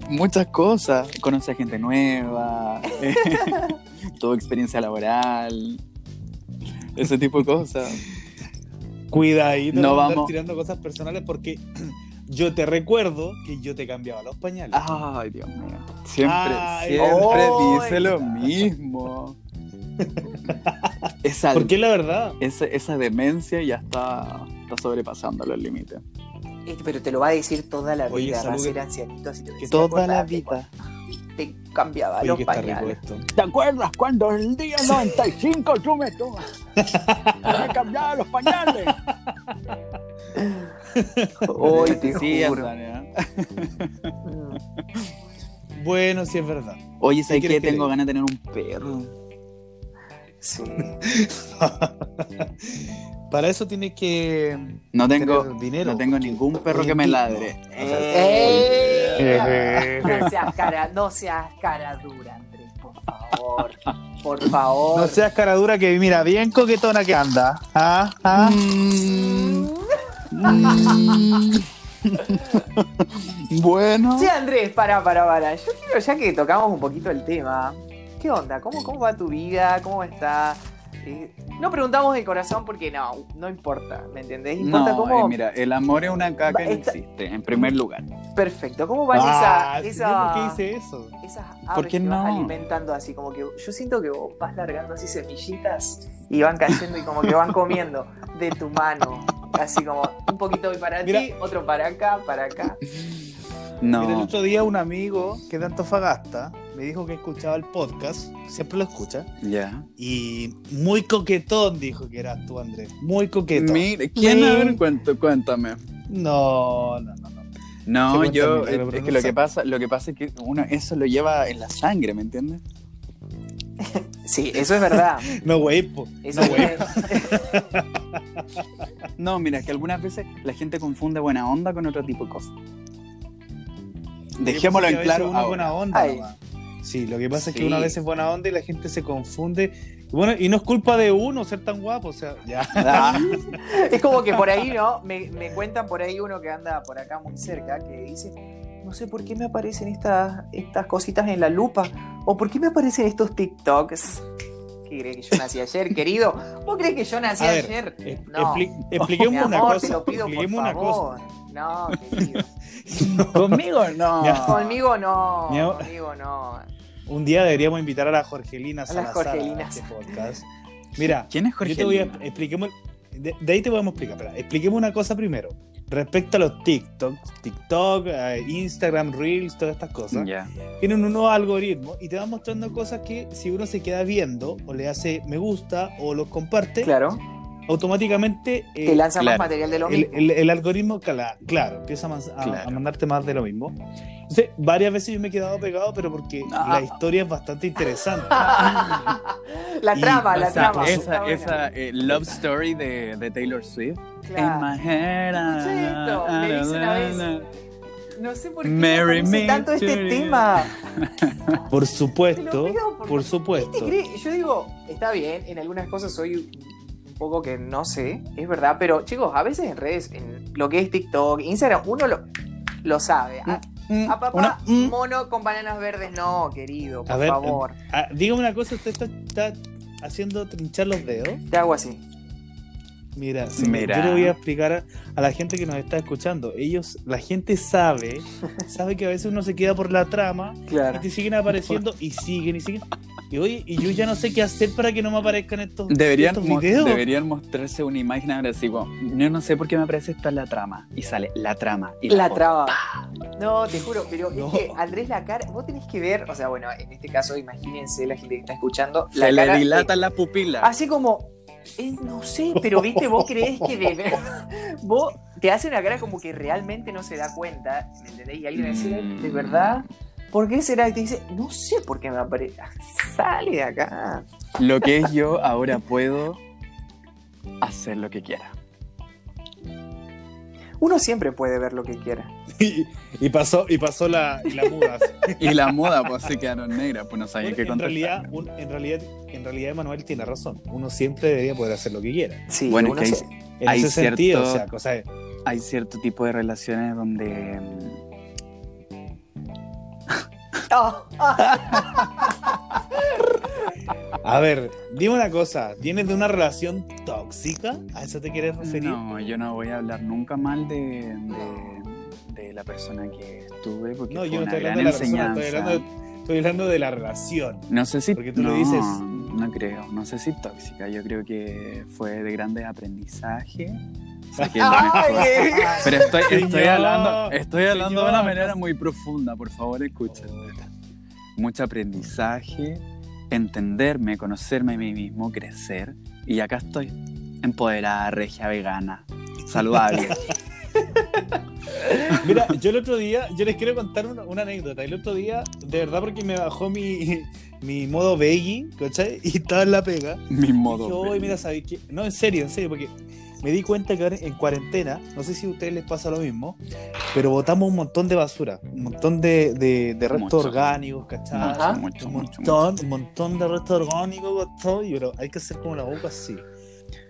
Speaker 2: Muchas cosas. Conoce a gente nueva. eh, Tuvo experiencia laboral. Ese tipo de cosas.
Speaker 4: Cuidadito,
Speaker 2: No
Speaker 4: no vamos
Speaker 2: vamos.
Speaker 4: tirando cosas personales porque [CLEARS THROAT] yo te recuerdo que yo te cambiaba los pañales.
Speaker 2: Ay, Dios mío. Siempre,
Speaker 4: Ay.
Speaker 2: siempre
Speaker 1: Ay.
Speaker 2: dice lo mismo. Esa,
Speaker 4: porque la verdad,
Speaker 2: esa, esa demencia ya está, está sobrepasando los límites.
Speaker 1: Eh, Pero te lo va a decir toda la
Speaker 4: Oye,
Speaker 1: vida. Va a
Speaker 4: salud.
Speaker 1: ser ancianito así. te va a decir,
Speaker 2: Toda la
Speaker 1: "Acordate
Speaker 2: vida.
Speaker 1: cuando Te cambiaba
Speaker 4: oye,
Speaker 1: los
Speaker 4: que está rico
Speaker 1: pañales.
Speaker 4: esto.
Speaker 2: ¿Te acuerdas cuando el día 95 tú me tomas? Me cambiaba los pañales.
Speaker 1: [LAUGHS] Hoy te
Speaker 2: Sí,
Speaker 1: juro.
Speaker 2: Antonio.
Speaker 1: Mm.
Speaker 4: Bueno, sí es verdad.
Speaker 2: Oye, ¿sabes qué?
Speaker 4: ¿Qué quieres que
Speaker 2: Tengo
Speaker 4: le-
Speaker 2: ganas de tener un perro.
Speaker 1: Sí.
Speaker 4: Para eso tienes que
Speaker 2: No tengo,
Speaker 4: tener dinero.
Speaker 2: no tengo ningún perro que me ladre. O sea,
Speaker 1: ¡Eh! No seas cara, no seas cara dura, Andrés, por favor. Por favor.
Speaker 4: [LAUGHS] No seas cara dura que mira, bien coquetona que anda. Ah, ah.
Speaker 2: Mm, mm. [LAUGHS] bueno.
Speaker 1: Sí, Andrés, para, para, para. Yo quiero, ya que tocamos un poquito el tema, ¿qué onda? ¿Cómo, cómo va tu vida? ¿Cómo está? Eh, no preguntamos el corazón porque no, no importa, ¿me entendés? Importa
Speaker 2: No,
Speaker 1: cómo.
Speaker 2: eh, mira, el amor es una caca que no
Speaker 1: Esta-
Speaker 2: existe, en primer lugar.
Speaker 1: Perfecto. ¿Cómo van
Speaker 4: Ah, sí,
Speaker 1: esa,
Speaker 4: ¿Por qué
Speaker 1: esa,
Speaker 4: hice eso?
Speaker 1: esas aves
Speaker 2: ¿Por qué
Speaker 1: que vas
Speaker 2: no?
Speaker 1: alimentando así? Como que yo siento que vos vas largando así semillitas y van cayendo y como que van comiendo de tu mano. Así como un poquito hoy para
Speaker 4: Mira.
Speaker 1: ti, otro para acá, para acá.
Speaker 4: Mira, el
Speaker 2: No,
Speaker 4: otro día un amigo que es de Antofagasta me dijo que escuchaba el podcast, siempre lo escucha,
Speaker 2: ya.
Speaker 4: y muy coquetón dijo que eras tú, Andrés. Muy coquetón.
Speaker 2: Mira, ¿quién? A ver,
Speaker 4: Mi-
Speaker 2: cuento- cuéntame.
Speaker 4: No, no, no, no.
Speaker 2: No,
Speaker 4: Sí,
Speaker 2: yo,
Speaker 4: cuéntame,
Speaker 2: eh,
Speaker 4: pero
Speaker 2: es que
Speaker 4: no
Speaker 2: lo
Speaker 4: sé.
Speaker 2: que pasa, lo que pasa es que uno eso lo lleva en la sangre, ¿me entiendes?
Speaker 1: Sí, eso es verdad.
Speaker 4: No, güey, po.
Speaker 1: Eso
Speaker 4: No, güey.
Speaker 1: es-
Speaker 2: No, mira, que algunas veces la gente confunde buena onda con otro tipo de cosas. Dejémoslo
Speaker 4: Lo que
Speaker 2: en
Speaker 4: pasa es que a
Speaker 2: claro.
Speaker 4: veces uno es
Speaker 2: ahora.
Speaker 4: buena onda.
Speaker 1: Ay.
Speaker 4: nomás. Sí, lo que pasa es que
Speaker 2: Sí.
Speaker 4: una vez es buena onda y la gente se confunde. Bueno, y no es culpa de uno ser tan guapo, o sea, ya.
Speaker 2: Ah,
Speaker 1: Es como que por ahí, ¿no? Me, me cuentan por ahí uno que anda por acá muy cerca que dice, no sé por qué me aparecen estas, estas cositas en la lupa o por qué me aparecen estos TikToks. ¿Qué crees que yo nací ayer, querido? ¿Vos crees que yo nací
Speaker 4: A ver,
Speaker 1: ayer?
Speaker 4: [LAUGHS] Eh,
Speaker 1: No.
Speaker 4: expli-
Speaker 1: [LAUGHS] Mi
Speaker 4: expliquemos
Speaker 1: amor,
Speaker 4: una
Speaker 1: te
Speaker 4: cosa.
Speaker 1: lo pido por
Speaker 4: expliquemos una cosa.
Speaker 1: favor. No, querido.
Speaker 2: [LAUGHS]
Speaker 4: [LAUGHS]
Speaker 2: Conmigo no.
Speaker 4: Ya.
Speaker 1: Conmigo no.
Speaker 4: Mi amor.
Speaker 1: Conmigo no.
Speaker 4: Un día deberíamos invitar a la Jorgelina
Speaker 1: A las
Speaker 4: Salazar a
Speaker 1: Jorgelinas.
Speaker 4: este podcast. Mira,
Speaker 2: ¿Quién es Jorge?
Speaker 4: yo te voy a expliquemos de, de ahí te podemos explicar, espera, expliquemos una cosa primero. Respecto a los TikTok, TikTok, eh, Instagram, Reels, todas estas cosas.
Speaker 2: Ya.
Speaker 4: tienen un nuevo algoritmo y te van mostrando cosas que si uno se queda viendo o le hace me gusta o los comparte,
Speaker 1: Claro.
Speaker 4: automáticamente eh,
Speaker 1: Te lanza
Speaker 2: claro.
Speaker 1: más material de lo
Speaker 4: el,
Speaker 1: mismo.
Speaker 4: el- el algoritmo, cala- claro, empieza a, man- a-
Speaker 2: Claro.
Speaker 4: a mandarte más de lo mismo. Entonces, varias veces yo me he quedado pegado, pero porque
Speaker 2: Ah.
Speaker 4: la historia es bastante interesante.
Speaker 1: la
Speaker 4: y
Speaker 1: trama, la
Speaker 4: pasa
Speaker 1: trama.
Speaker 4: eso,
Speaker 1: Está
Speaker 2: Esa,
Speaker 1: buena.
Speaker 2: esa eh, love story de, de Taylor Swift.
Speaker 1: Claro.
Speaker 2: In my head. ah,
Speaker 1: Chiquito,
Speaker 2: ah,
Speaker 1: me dice una
Speaker 2: ah,
Speaker 1: vez.
Speaker 2: ah,
Speaker 1: No sé por qué
Speaker 2: Marry
Speaker 1: me parece
Speaker 2: me
Speaker 1: tanto
Speaker 2: to
Speaker 1: este
Speaker 2: you.
Speaker 1: tema. [LAUGHS]
Speaker 4: Por
Speaker 1: Te lo
Speaker 4: supuesto,
Speaker 1: pido por
Speaker 4: por
Speaker 1: ¿Te
Speaker 4: supuesto.
Speaker 1: crees? Yo digo, está bien, en algunas cosas soy un poco que no sé, es verdad, pero chicos, a veces en redes, en lo que es TikTok, Instagram, uno lo, lo sabe. A,
Speaker 4: Mm,
Speaker 1: a papá,
Speaker 4: una- mm.
Speaker 1: mono con bananas verdes, no, querido, por
Speaker 4: A ver,
Speaker 1: favor.
Speaker 4: Ah, dígame una cosa, usted está, está haciendo trinchar los dedos.
Speaker 1: Te hago así.
Speaker 4: Mira, si me-
Speaker 2: Mira.
Speaker 4: yo le voy a explicar a, a la gente que nos está escuchando. Ellos, la
Speaker 2: [LAUGHS]
Speaker 4: gente sabe, sabe que a veces uno se queda por la trama y
Speaker 1: Claro.
Speaker 4: te siguen apareciendo y siguen y siguen. Y oye, y yo ya no sé qué hacer para que no me aparezcan estos,
Speaker 2: Deberían,
Speaker 4: estos
Speaker 2: mo-
Speaker 4: videos.
Speaker 2: deberían mostrarse una imagen ahora así como, yo no sé por qué me aparece esta la trama. Y sale la trama. Y la
Speaker 1: La
Speaker 2: foto.
Speaker 1: traba. No, te juro, pero
Speaker 4: No.
Speaker 1: es que Andrés la cara, vos tenés que ver, o sea, bueno, en este caso imagínense la gente que está escuchando,
Speaker 2: Se
Speaker 1: la
Speaker 2: le
Speaker 1: cara de-
Speaker 2: dilata la pupila.
Speaker 1: Así como, eh, no sé, pero viste, vos creés que de verdad, vos te hace una cara como que realmente no se da cuenta, ¿me entendés? Y alguien dice, "Eh,
Speaker 2: Mm.
Speaker 1: ¿de verdad? ¿Por qué será? Y te dice, no sé por qué me aparece. [LAUGHS] Sale de acá.
Speaker 2: Lo que es yo, ahora puedo hacer lo que quiera.
Speaker 1: Uno siempre puede ver lo que quiera.
Speaker 4: [LAUGHS] Y, y pasó, y pasó la, y la
Speaker 2: [LAUGHS]
Speaker 4: muda. así.
Speaker 2: Y la moda, pues se quedaron negras, pues no sabía
Speaker 4: Bueno,
Speaker 2: qué
Speaker 4: en
Speaker 2: contestar.
Speaker 4: realidad, un- en realidad, en realidad, Manuel tiene razón. Uno siempre debería poder hacer lo que quiera.
Speaker 1: Sí,
Speaker 2: Bueno,
Speaker 1: uno
Speaker 2: que hay-
Speaker 1: se-
Speaker 4: En
Speaker 2: Hay
Speaker 4: ese sentido,
Speaker 2: cierto-
Speaker 4: o sea, cosa de-
Speaker 2: Hay cierto tipo de relaciones donde mm,
Speaker 1: Ah, ah,
Speaker 4: A ver, dime una cosa. ¿Vienes de una relación tóxica? ¿A eso te quieres referir?
Speaker 2: mm, No, yo no voy a hablar nunca mal de, de, de la persona que estuve, porque
Speaker 4: No,
Speaker 2: fue
Speaker 4: yo no
Speaker 2: una
Speaker 4: estoy
Speaker 2: gran
Speaker 4: hablando de la persona,
Speaker 2: enseñanza.
Speaker 4: estoy hablando, estoy hablando de la relación.
Speaker 2: No sé si.
Speaker 4: Porque tú
Speaker 2: no,
Speaker 4: lo dices.
Speaker 2: No creo, no sé si tóxica. Yo creo que fue de grandes aprendizajes. Saqué
Speaker 4: [LAUGHS]
Speaker 2: lo mejor.
Speaker 1: [LAUGHS] [LAUGHS] ay, eh.
Speaker 2: Pero estoy, estoy
Speaker 4: Señor,
Speaker 2: hablando, estoy hablando de una
Speaker 4: señor.
Speaker 2: manera muy profunda, por favor, escúchenme. Mucho aprendizaje, entenderme, conocerme a mí mismo, crecer. Y acá estoy, empoderada, regia, vegana,
Speaker 4: [LAUGHS]
Speaker 2: saludable.
Speaker 4: Mira, yo el otro día, yo les quiero contar una, una anécdota. El otro día, de verdad, porque me bajó mi, [LAUGHS] mi modo veggie, ¿cachai? Y estaba en la pega.
Speaker 2: Mi modo.
Speaker 4: Dije, "Oy, mira, ¿sabes qué? No, en serio, en serio, porque me di cuenta que ahora en cuarentena, no sé si a ustedes les pasa lo mismo, pero botamos un montón de basura, un montón de, de, de restos
Speaker 2: Mucho.
Speaker 4: orgánicos, ¿cachai?
Speaker 1: Ajá.
Speaker 2: mucho, mucho,
Speaker 4: un
Speaker 2: mucho,
Speaker 4: montón, un montón de restos orgánicos, ¿cachai? pero hay que hacer como la boca así.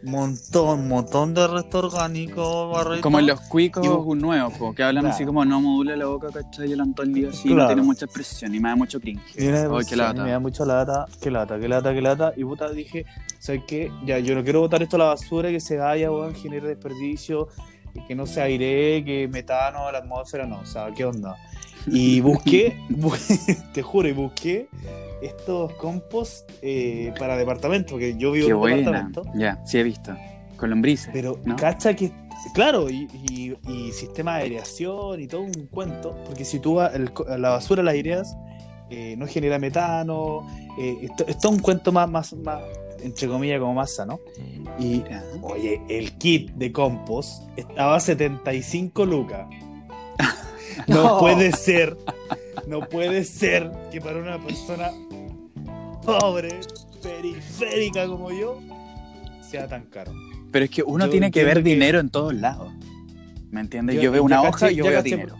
Speaker 4: Montón, montón de restos orgánicos, barrito.
Speaker 2: Como en los cuicos
Speaker 4: Y vos-
Speaker 2: nuevos, po, que hablan
Speaker 4: Claro.
Speaker 2: así como no modula la boca, ¿cachai? Y el Antón día así, no
Speaker 4: Claro.
Speaker 2: tiene mucha expresión y me da mucho cringe.
Speaker 4: Y una vez
Speaker 2: Ay, qué
Speaker 4: sí,
Speaker 2: lata.
Speaker 4: Me da mucha lata, qué lata, qué lata, qué lata. Y puta, dije, ¿sabes qué? Ya, yo no quiero botar esto a la basura, que se vaya, weón, genere desperdicio, que no se aire, que metano a la atmósfera, no, o sea, ¿qué onda?
Speaker 2: [LAUGHS]
Speaker 4: Y busqué, bu- [LAUGHS] te juro, y busqué estos compost eh, para departamento, porque yo vivo
Speaker 2: Qué
Speaker 4: en un
Speaker 2: buena.
Speaker 4: departamento.
Speaker 2: Ya, sí he visto. Con lombrices.
Speaker 4: Pero
Speaker 2: ¿no?
Speaker 4: cacha que, claro, y, y- y sistema de aireación y todo un cuento, porque si tú a- el co- a la basura las aireas, eh, no genera metano, eh, esto, es todo un cuento más, más, más, entre comillas, como masa, ¿no? Y,
Speaker 2: Mira.
Speaker 4: oye, el kit de compost estaba a 75 lucas. No,
Speaker 1: No.
Speaker 4: puede ser, no puede ser que para una persona pobre, periférica como yo, sea tan caro.
Speaker 2: Pero es que uno
Speaker 4: Yo
Speaker 2: tiene que ver
Speaker 4: entiendo que-
Speaker 2: dinero en todos lados. ¿Me entiendes? Yo,
Speaker 4: Yo-
Speaker 2: veo
Speaker 4: yo
Speaker 2: una
Speaker 4: caché-
Speaker 2: hoja y yo
Speaker 4: yo
Speaker 2: veo
Speaker 4: caché-
Speaker 2: dinero.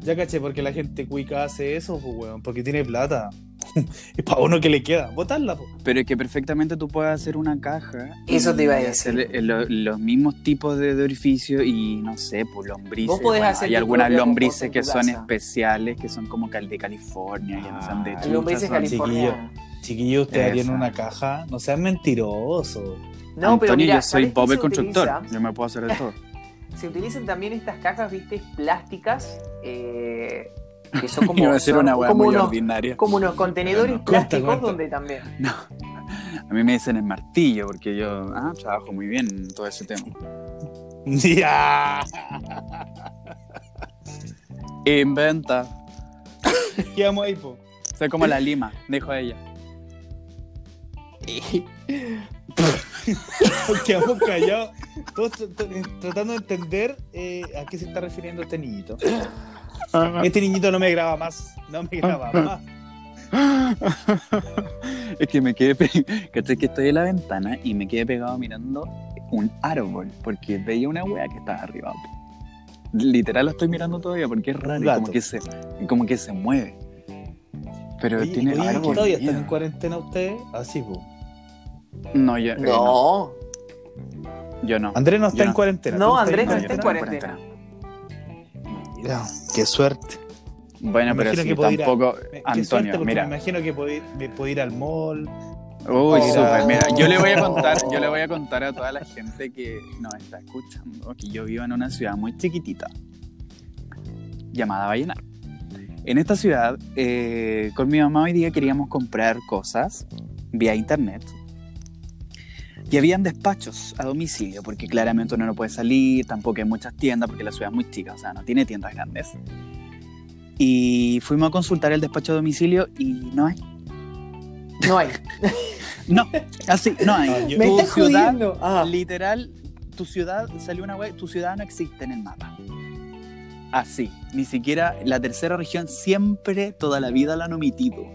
Speaker 4: Ya caché, porque la gente cuica hace eso, pues, weón, porque tiene plata. [LAUGHS] es para uno que le queda. Botarla, po.
Speaker 2: Pero es que perfectamente tú puedes hacer una caja.
Speaker 1: Eso te iba a
Speaker 2: y
Speaker 1: decir.
Speaker 2: hacer, eh, lo- los mismos tipos de, de orificio y no sé, pues lombrices.
Speaker 1: Vos podés
Speaker 2: Bueno,
Speaker 1: hacer
Speaker 2: hay
Speaker 1: tu
Speaker 2: algunas
Speaker 1: propia composta
Speaker 2: lombrices
Speaker 1: en
Speaker 2: que
Speaker 1: tu
Speaker 2: son
Speaker 1: casa.
Speaker 2: especiales, que son como cal de California, que no sean de
Speaker 4: Ah,
Speaker 2: chucha,
Speaker 1: Lombrices
Speaker 2: son-
Speaker 1: California.
Speaker 4: Chiquillos, ustedes harían
Speaker 2: Esa.
Speaker 4: una caja. No sean mentirosos. [LAUGHS]
Speaker 1: No, pero
Speaker 2: Antonio,
Speaker 1: mira,
Speaker 2: yo soy
Speaker 1: ¿sabés qué
Speaker 2: Bob el
Speaker 1: se
Speaker 2: constructor.
Speaker 1: utiliza?
Speaker 2: Yo me puedo hacer de todo.
Speaker 1: se utilizan también estas cajas, viste, plásticas, eh, que son [LAUGHS] como,
Speaker 2: [LAUGHS] Iba a ser
Speaker 1: son
Speaker 2: una hueá
Speaker 1: como
Speaker 2: muy
Speaker 1: unos,
Speaker 2: ordinaria.
Speaker 1: como unos contenedores
Speaker 2: Pero no.
Speaker 4: Corta,
Speaker 1: plásticos
Speaker 4: corta.
Speaker 1: donde también.
Speaker 2: No. A mí me dicen el martillo porque yo ah, trabajo muy bien en todo
Speaker 1: [LAUGHS]
Speaker 2: ese tema.
Speaker 4: ya,
Speaker 2: Inventa.
Speaker 4: quedamos ahí, po. [LAUGHS]
Speaker 2: Soy como la lima, dijo ella.
Speaker 4: Quedamos callados. Todos tr- tr- tratando de entender eh, a qué se está refiriendo este niñito.
Speaker 2: Ah.
Speaker 4: Este niñito no me graba más. No me graba más.
Speaker 2: es que me quedé pegado. [LAUGHS] ¿Cachai? Que estoy en la ventana y me quedé pegado mirando un árbol porque veía una wea que estaba arriba. Literal la estoy mirando todavía porque es raro y como
Speaker 4: gato.
Speaker 2: que se, y como que se mueve. [LAUGHS] Pero
Speaker 4: Oye,
Speaker 2: tiene.
Speaker 4: oye,
Speaker 2: Ay, qué
Speaker 4: todavía están
Speaker 2: miedo.
Speaker 4: en cuarentena ustedes. Así, po.
Speaker 2: No, yo eh, no.
Speaker 1: No,
Speaker 2: Yo no.
Speaker 4: Andrés no
Speaker 2: Yo
Speaker 4: está en
Speaker 2: no.
Speaker 4: cuarentena.
Speaker 1: No,
Speaker 4: ¿Tú estás
Speaker 1: Andrés
Speaker 2: No,
Speaker 1: no
Speaker 2: yo
Speaker 1: está en
Speaker 2: estoy
Speaker 1: cuarentena.
Speaker 2: cuarentena.
Speaker 4: Mira, qué suerte.
Speaker 2: Bueno,
Speaker 4: Me
Speaker 2: pero
Speaker 4: imagino
Speaker 2: sí,
Speaker 4: que puedo ir a-
Speaker 2: tampoco.
Speaker 4: Me- qué suerte,
Speaker 2: Antonio,
Speaker 4: porque
Speaker 2: mira.
Speaker 4: Me imagino que puedo ir, me puedo ir al mall.
Speaker 2: Uy,
Speaker 1: Oh.
Speaker 2: súper. Mira, yo le voy a contar, yo le voy a contar a toda la gente que nos está escuchando que yo vivo en una ciudad muy chiquitita llamada Vallenar. En esta ciudad, eh, con mi mamá hoy día queríamos comprar cosas vía internet. Y habían despachos a domicilio, porque claramente uno no puede salir, tampoco hay muchas tiendas, porque la ciudad es muy chica, o sea, no tiene tiendas grandes. Y fuimos a consultar el despacho a domicilio y no hay.
Speaker 1: No hay.
Speaker 2: No, así, Ah, no hay.
Speaker 4: No, yo-
Speaker 1: Me
Speaker 2: Tu
Speaker 1: estás
Speaker 2: ciudad-
Speaker 1: jodiendo. Ah,
Speaker 2: Literal, tu ciudad, salió una web, tu ciudad no existe en el mapa. Así, ni siquiera la tercera región siempre, toda la vida la han omitido.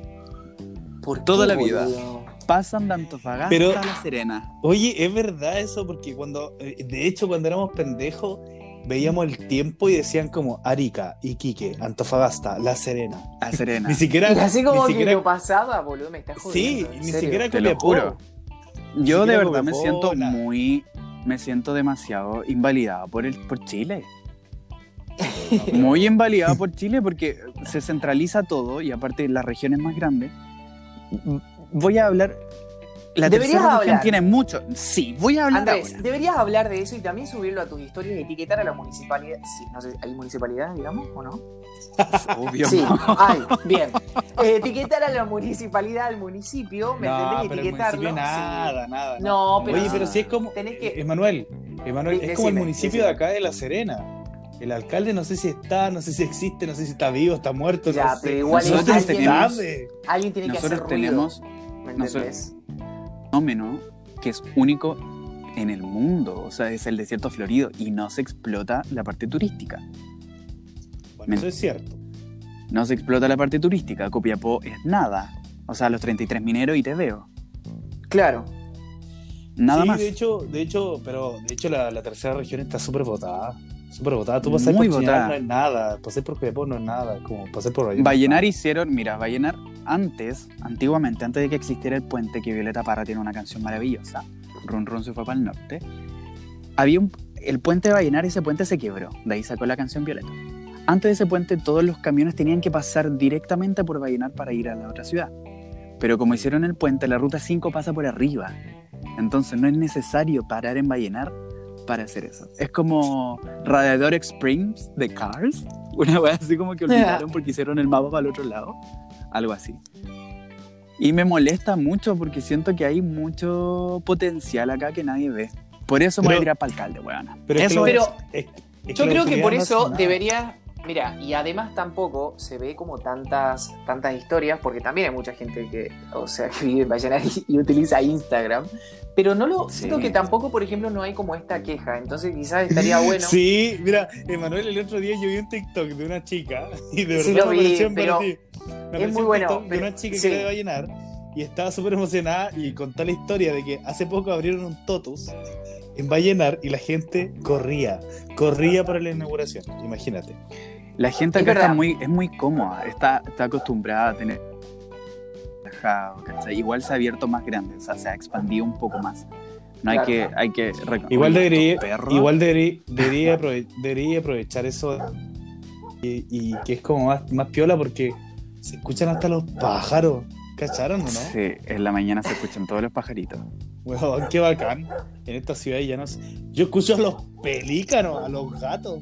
Speaker 1: ¿por
Speaker 2: toda
Speaker 1: qué,
Speaker 2: la vida.
Speaker 1: boludo?
Speaker 2: Pasan de Antofagasta
Speaker 4: Pero-
Speaker 2: a La Serena.
Speaker 4: Oye, es verdad eso, porque cuando, eh, de hecho, cuando éramos pendejos, veíamos el tiempo y decían como Arica, Iquique, Antofagasta, La Serena.
Speaker 2: La Serena.
Speaker 4: Ni siquiera.
Speaker 1: Y [LAUGHS] así como que
Speaker 4: ni [LAUGHS] siquiera-
Speaker 1: lo pasaba, boludo, me estás
Speaker 4: Sí,
Speaker 1: jodiendo. en
Speaker 4: ni
Speaker 1: serio.
Speaker 4: siquiera
Speaker 2: te lo
Speaker 4: Copiapó.
Speaker 2: juro. Yo
Speaker 4: siquiera
Speaker 2: de verdad me
Speaker 4: Copiapó,
Speaker 2: siento
Speaker 4: nada.
Speaker 2: muy, me siento demasiado invalidado por, el, por Chile.
Speaker 4: No, pero-
Speaker 2: Muy invalidado por Chile porque se centraliza todo y aparte las regiones más grandes. Voy a hablar. La
Speaker 1: Deberías
Speaker 2: tercera región
Speaker 1: hablar.
Speaker 2: tiene mucho. Sí, voy a hablar
Speaker 1: Andrés,
Speaker 2: ahora.
Speaker 1: deberías hablar de eso y también subirlo a tus historias y etiquetar a la municipalidad. Sí, no sé, ¿hay municipalidades, digamos, o no?
Speaker 2: Obvio.
Speaker 1: Sí, hay, bien. Eh, etiquetar a la municipalidad, al municipio, [LAUGHS] ¿me
Speaker 4: No,
Speaker 1: entendés?
Speaker 4: pero el
Speaker 1: Etiquetarlo.
Speaker 4: municipio nada, nada.
Speaker 1: No,
Speaker 4: nada.
Speaker 1: pero
Speaker 4: Oye,
Speaker 1: sí.
Speaker 4: pero si es como. eh,
Speaker 1: Tenés que-
Speaker 4: Emanuel, Emanuel,
Speaker 1: De-
Speaker 4: es como el
Speaker 1: decime,
Speaker 4: municipio
Speaker 1: decime.
Speaker 4: de acá de La Serena. El alcalde no sé si está, no sé si existe, no sé si está vivo, está muerto,
Speaker 1: Ya,
Speaker 4: no sé.
Speaker 1: pero igual
Speaker 2: es
Speaker 4: Nosotros
Speaker 2: alguien-
Speaker 4: sabe.
Speaker 1: sí. Alguien tiene que
Speaker 2: Nosotros
Speaker 1: hacer ruido,
Speaker 2: tenemos
Speaker 1: ¿me
Speaker 2: nosotros-
Speaker 1: entendés?
Speaker 2: un fenómeno que es único en el mundo. O sea, es el desierto florido y no se explota la parte turística.
Speaker 4: Bueno, eso es cierto.
Speaker 2: No se explota la parte turística. Copiapó es nada. O sea, los 33 mineros y te veo.
Speaker 1: Claro.
Speaker 2: Nada
Speaker 4: sí,
Speaker 2: más.
Speaker 4: De hecho, de hecho, pero de hecho la, la tercera región está súper votada. Súper votada. Tú pasás
Speaker 2: Muy
Speaker 4: por Chillán,
Speaker 2: votada.
Speaker 4: no es nada. Pasé por Copiapó no es nada. Como pasé por Vallenar.
Speaker 2: Vallenar hicieron, mira, Vallenar antes, antiguamente, antes de que existiera el puente, que Violeta Parra tiene una canción maravillosa, Run Run se fue para el norte, había un- el puente de Vallenar y ese puente se quebró, de ahí sacó la canción Violeta. Antes de ese puente todos los camiones tenían que pasar directamente por Vallenar para ir a la otra ciudad, pero como hicieron el puente, la ruta 5 pasa por arriba, entonces no es necesario parar en Vallenar para hacer eso. Es como Radiador Springs de Cars, [LAUGHS] una vez así como que olvidaron porque hicieron el mapa para el otro lado, algo así. Y me molesta mucho porque siento que hay mucho potencial acá que nadie ve. Por eso me voy a
Speaker 4: Pero-
Speaker 2: tirar para alcalde, weón.
Speaker 4: Pero, es que
Speaker 2: Eso
Speaker 4: lo-
Speaker 1: Pero
Speaker 4: es- es
Speaker 1: Yo
Speaker 4: la
Speaker 1: creo que
Speaker 4: autoridad
Speaker 1: por
Speaker 4: no hace
Speaker 1: eso
Speaker 4: nada.
Speaker 1: debería. Mira, y además tampoco se ve como tantas, tantas historias, porque también hay mucha gente que, o sea, que vive en Vallenar [LAUGHS] y, y utiliza Instagram. Pero no lo.
Speaker 2: Sí.
Speaker 1: Siento que tampoco, por ejemplo, no hay como esta queja. Entonces quizás
Speaker 4: [LAUGHS]
Speaker 1: estaría bueno.
Speaker 4: Sí, mira, Emanuel, el otro día yo vi un TikTok de una chica [LAUGHS] y de verdad
Speaker 1: Sí, lo
Speaker 4: me
Speaker 1: vi,
Speaker 4: pareció
Speaker 1: pero
Speaker 4: embarazada. Me pareció
Speaker 1: muy
Speaker 4: un
Speaker 1: bueno,
Speaker 4: TikTok de
Speaker 1: pero-
Speaker 4: una chica
Speaker 1: sí.
Speaker 4: que era de Vallenar y estaba súper emocionada y contó la historia de que hace poco abrieron un Totus en Vallenar y la gente corría, corría para la inauguración, imagínate.
Speaker 2: La gente
Speaker 1: Es
Speaker 2: acá está
Speaker 1: verdad.
Speaker 2: muy, es muy cómoda, está, está acostumbrada a tener relajado, ¿cachai? Igual se ha abierto más grande, o sea, se ha expandido un poco más. No hay
Speaker 1: Claro.
Speaker 2: que, hay que reconocer.
Speaker 4: Igual debería,
Speaker 2: perro.
Speaker 4: igual debería, debería, aprove- debería aprovechar eso y, y que es como más, más piola porque se escuchan hasta los pájaros, ¿cacharon o no?
Speaker 2: Sí, en la mañana se escuchan todos los pajaritos.
Speaker 4: Weón, qué bacán. En esta ciudad ya no sé. Yo escucho a los pelícanos, a los gatos.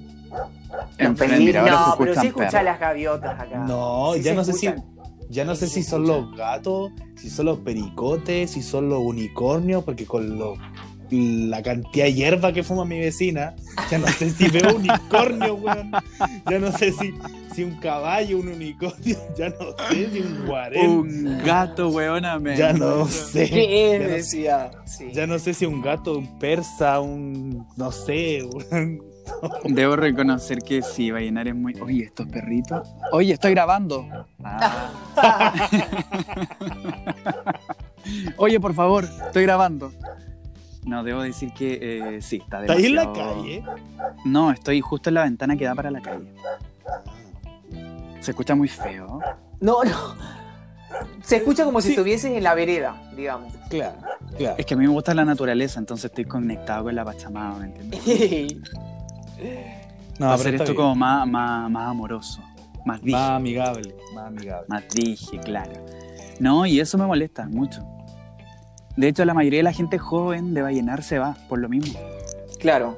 Speaker 2: Enfrente,
Speaker 1: Sí,
Speaker 2: mira, ahora
Speaker 1: no,
Speaker 2: se
Speaker 1: pero sí
Speaker 2: escuchan
Speaker 1: escuchá
Speaker 2: perros.
Speaker 1: las gaviotas acá.
Speaker 4: No,
Speaker 1: Sí
Speaker 4: ya
Speaker 1: se
Speaker 4: no sé si.
Speaker 1: escuchan.
Speaker 4: [LAUGHS] Ya no
Speaker 1: Sí,
Speaker 4: sé
Speaker 1: se
Speaker 4: si son
Speaker 1: escuchan.
Speaker 4: los gatos, si son los pericotes, si son los unicornios, porque con los la cantidad de hierba que fuma mi vecina, ya no sé si veo unicornio, weón. Ya no sé si, si un caballo, un unicornio, [LAUGHS] ya no sé si un guarén.
Speaker 2: Un gato, weona, me.
Speaker 4: ya no sé.
Speaker 1: ¿Qué
Speaker 4: Ya
Speaker 1: es?
Speaker 4: no
Speaker 1: Decía. Sí.
Speaker 4: Ya no sé si un gato, un persa, un. no sé, weón.
Speaker 2: Debo reconocer que sí, Vallenar es muy. Oye, estos perritos. Oye, estoy grabando. Ah. Oye, por favor, estoy grabando. No, debo decir que eh, sí, está
Speaker 4: Está ahí en la
Speaker 2: demasiado-
Speaker 4: calle.
Speaker 2: No, estoy justo en la ventana que da para la calle. Se escucha muy feo.
Speaker 1: No, no. Se escucha como si
Speaker 4: Sí.
Speaker 1: estuvieses en la vereda, digamos.
Speaker 4: Claro, claro.
Speaker 2: Es que a mí
Speaker 1: [LAUGHS]
Speaker 2: me gusta la naturaleza, entonces estoy conectado con la Pachamama, ¿me entiendes?
Speaker 4: No,
Speaker 2: hacer
Speaker 4: pero está
Speaker 2: esto
Speaker 4: bien. Ah.
Speaker 2: como más, más, más amoroso, más dije,
Speaker 4: Más amigable, más amigable.
Speaker 2: más dije, claro. No, y eso me molesta mucho. De hecho, la mayoría de la gente joven de Vallenar se va por lo mismo.
Speaker 1: Claro.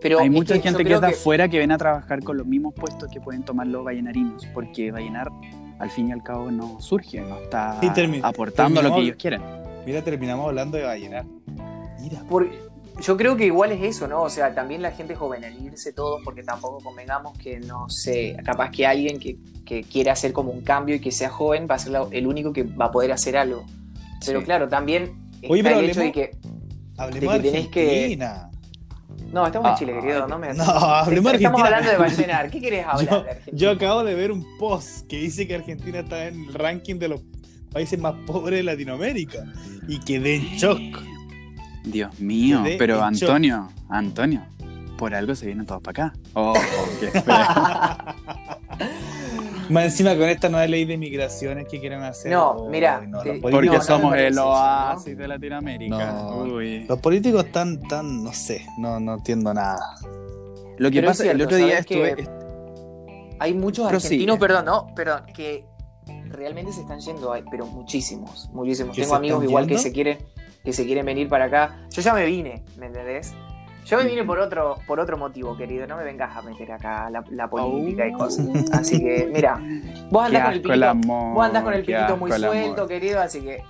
Speaker 1: Pero
Speaker 2: Hay
Speaker 1: es
Speaker 2: mucha
Speaker 1: yo
Speaker 2: gente que
Speaker 1: creo
Speaker 2: está afuera que viene a trabajar con los mismos puestos que pueden tomar los vallenarinos, porque Vallenar al fin y al cabo no surge, no está
Speaker 4: Sí, termi-
Speaker 2: aportando lo que
Speaker 4: terminó-
Speaker 2: ellos quieren.
Speaker 4: Mira, terminamos hablando de Vallenar. Mira,
Speaker 1: Por- yo creo que igual es eso, ¿no? O sea, también la gente joven, al irse todos, porque tampoco convengamos que, no sé, capaz que alguien que, que quiera hacer como un cambio y que sea joven va a ser la- el único que va a poder hacer algo. Pero
Speaker 2: Sí.
Speaker 1: claro, también está
Speaker 4: Oye, pero
Speaker 1: el hecho de
Speaker 4: hablemos-
Speaker 1: que...
Speaker 4: hablemos
Speaker 1: De que
Speaker 4: de
Speaker 1: tenés que-
Speaker 4: Argentina.
Speaker 1: No, estamos en
Speaker 2: Ah,
Speaker 1: Chile, querido, no me...
Speaker 4: [LAUGHS] No, hablemos de
Speaker 1: Estamos
Speaker 4: Argentina.
Speaker 1: hablando de Vallenar, ¿qué quieres hablar
Speaker 4: [LAUGHS] Yo,
Speaker 1: de Argentina?
Speaker 4: yo acabo de ver un post que dice que Argentina está en el ranking de los países más pobres de Latinoamérica. Y quedé en shock.
Speaker 2: Dios mío,
Speaker 4: Quedé
Speaker 2: pero
Speaker 4: en
Speaker 2: Antonio, Antonio, por algo se vienen todos para acá.
Speaker 1: [LAUGHS]
Speaker 2: Oh, qué feo.
Speaker 4: Más encima con esta nueva ley de migraciones que quieren hacer.
Speaker 1: No,
Speaker 4: Oh,
Speaker 1: mira,
Speaker 4: no,
Speaker 1: te-
Speaker 2: Porque
Speaker 4: los,
Speaker 1: No, no
Speaker 4: políticos,
Speaker 1: son-
Speaker 2: somos
Speaker 1: me parece
Speaker 2: el
Speaker 1: eso, ¿no?
Speaker 2: oasis de Latinoamérica.
Speaker 4: No.
Speaker 2: Uy.
Speaker 4: los políticos están tan, no sé, no, no entiendo nada.
Speaker 2: Lo que
Speaker 1: Pero es
Speaker 2: pasa, el
Speaker 1: cierto,
Speaker 2: otro día
Speaker 1: ¿sabes qué?
Speaker 2: estuve,
Speaker 1: Hay muchos
Speaker 2: Prosigue.
Speaker 1: argentinos, perdón, no, perdón, que realmente se están yendo, ay, pero muchísimos, muchísimos.
Speaker 4: ¿Que
Speaker 1: Tengo
Speaker 4: se
Speaker 1: amigos
Speaker 4: están
Speaker 1: igual
Speaker 4: yendo?
Speaker 1: que se quieren, que se quieren venir para acá. Yo ya me vine, ¿me entendés? Yo
Speaker 2: Mm.
Speaker 1: me vine por otro, por otro motivo, querido. No me vengas a meter acá la, la política y
Speaker 2: Oh.
Speaker 1: cosas. Así que,
Speaker 2: [LAUGHS]
Speaker 1: mira, vos
Speaker 2: Qué
Speaker 1: andás con el
Speaker 2: asco el
Speaker 1: piquito,
Speaker 2: amor.
Speaker 1: vos andás con el
Speaker 2: qué
Speaker 1: piquito muy
Speaker 2: asco el amor.
Speaker 1: suelto, querido, así
Speaker 2: [LAUGHS]
Speaker 1: que.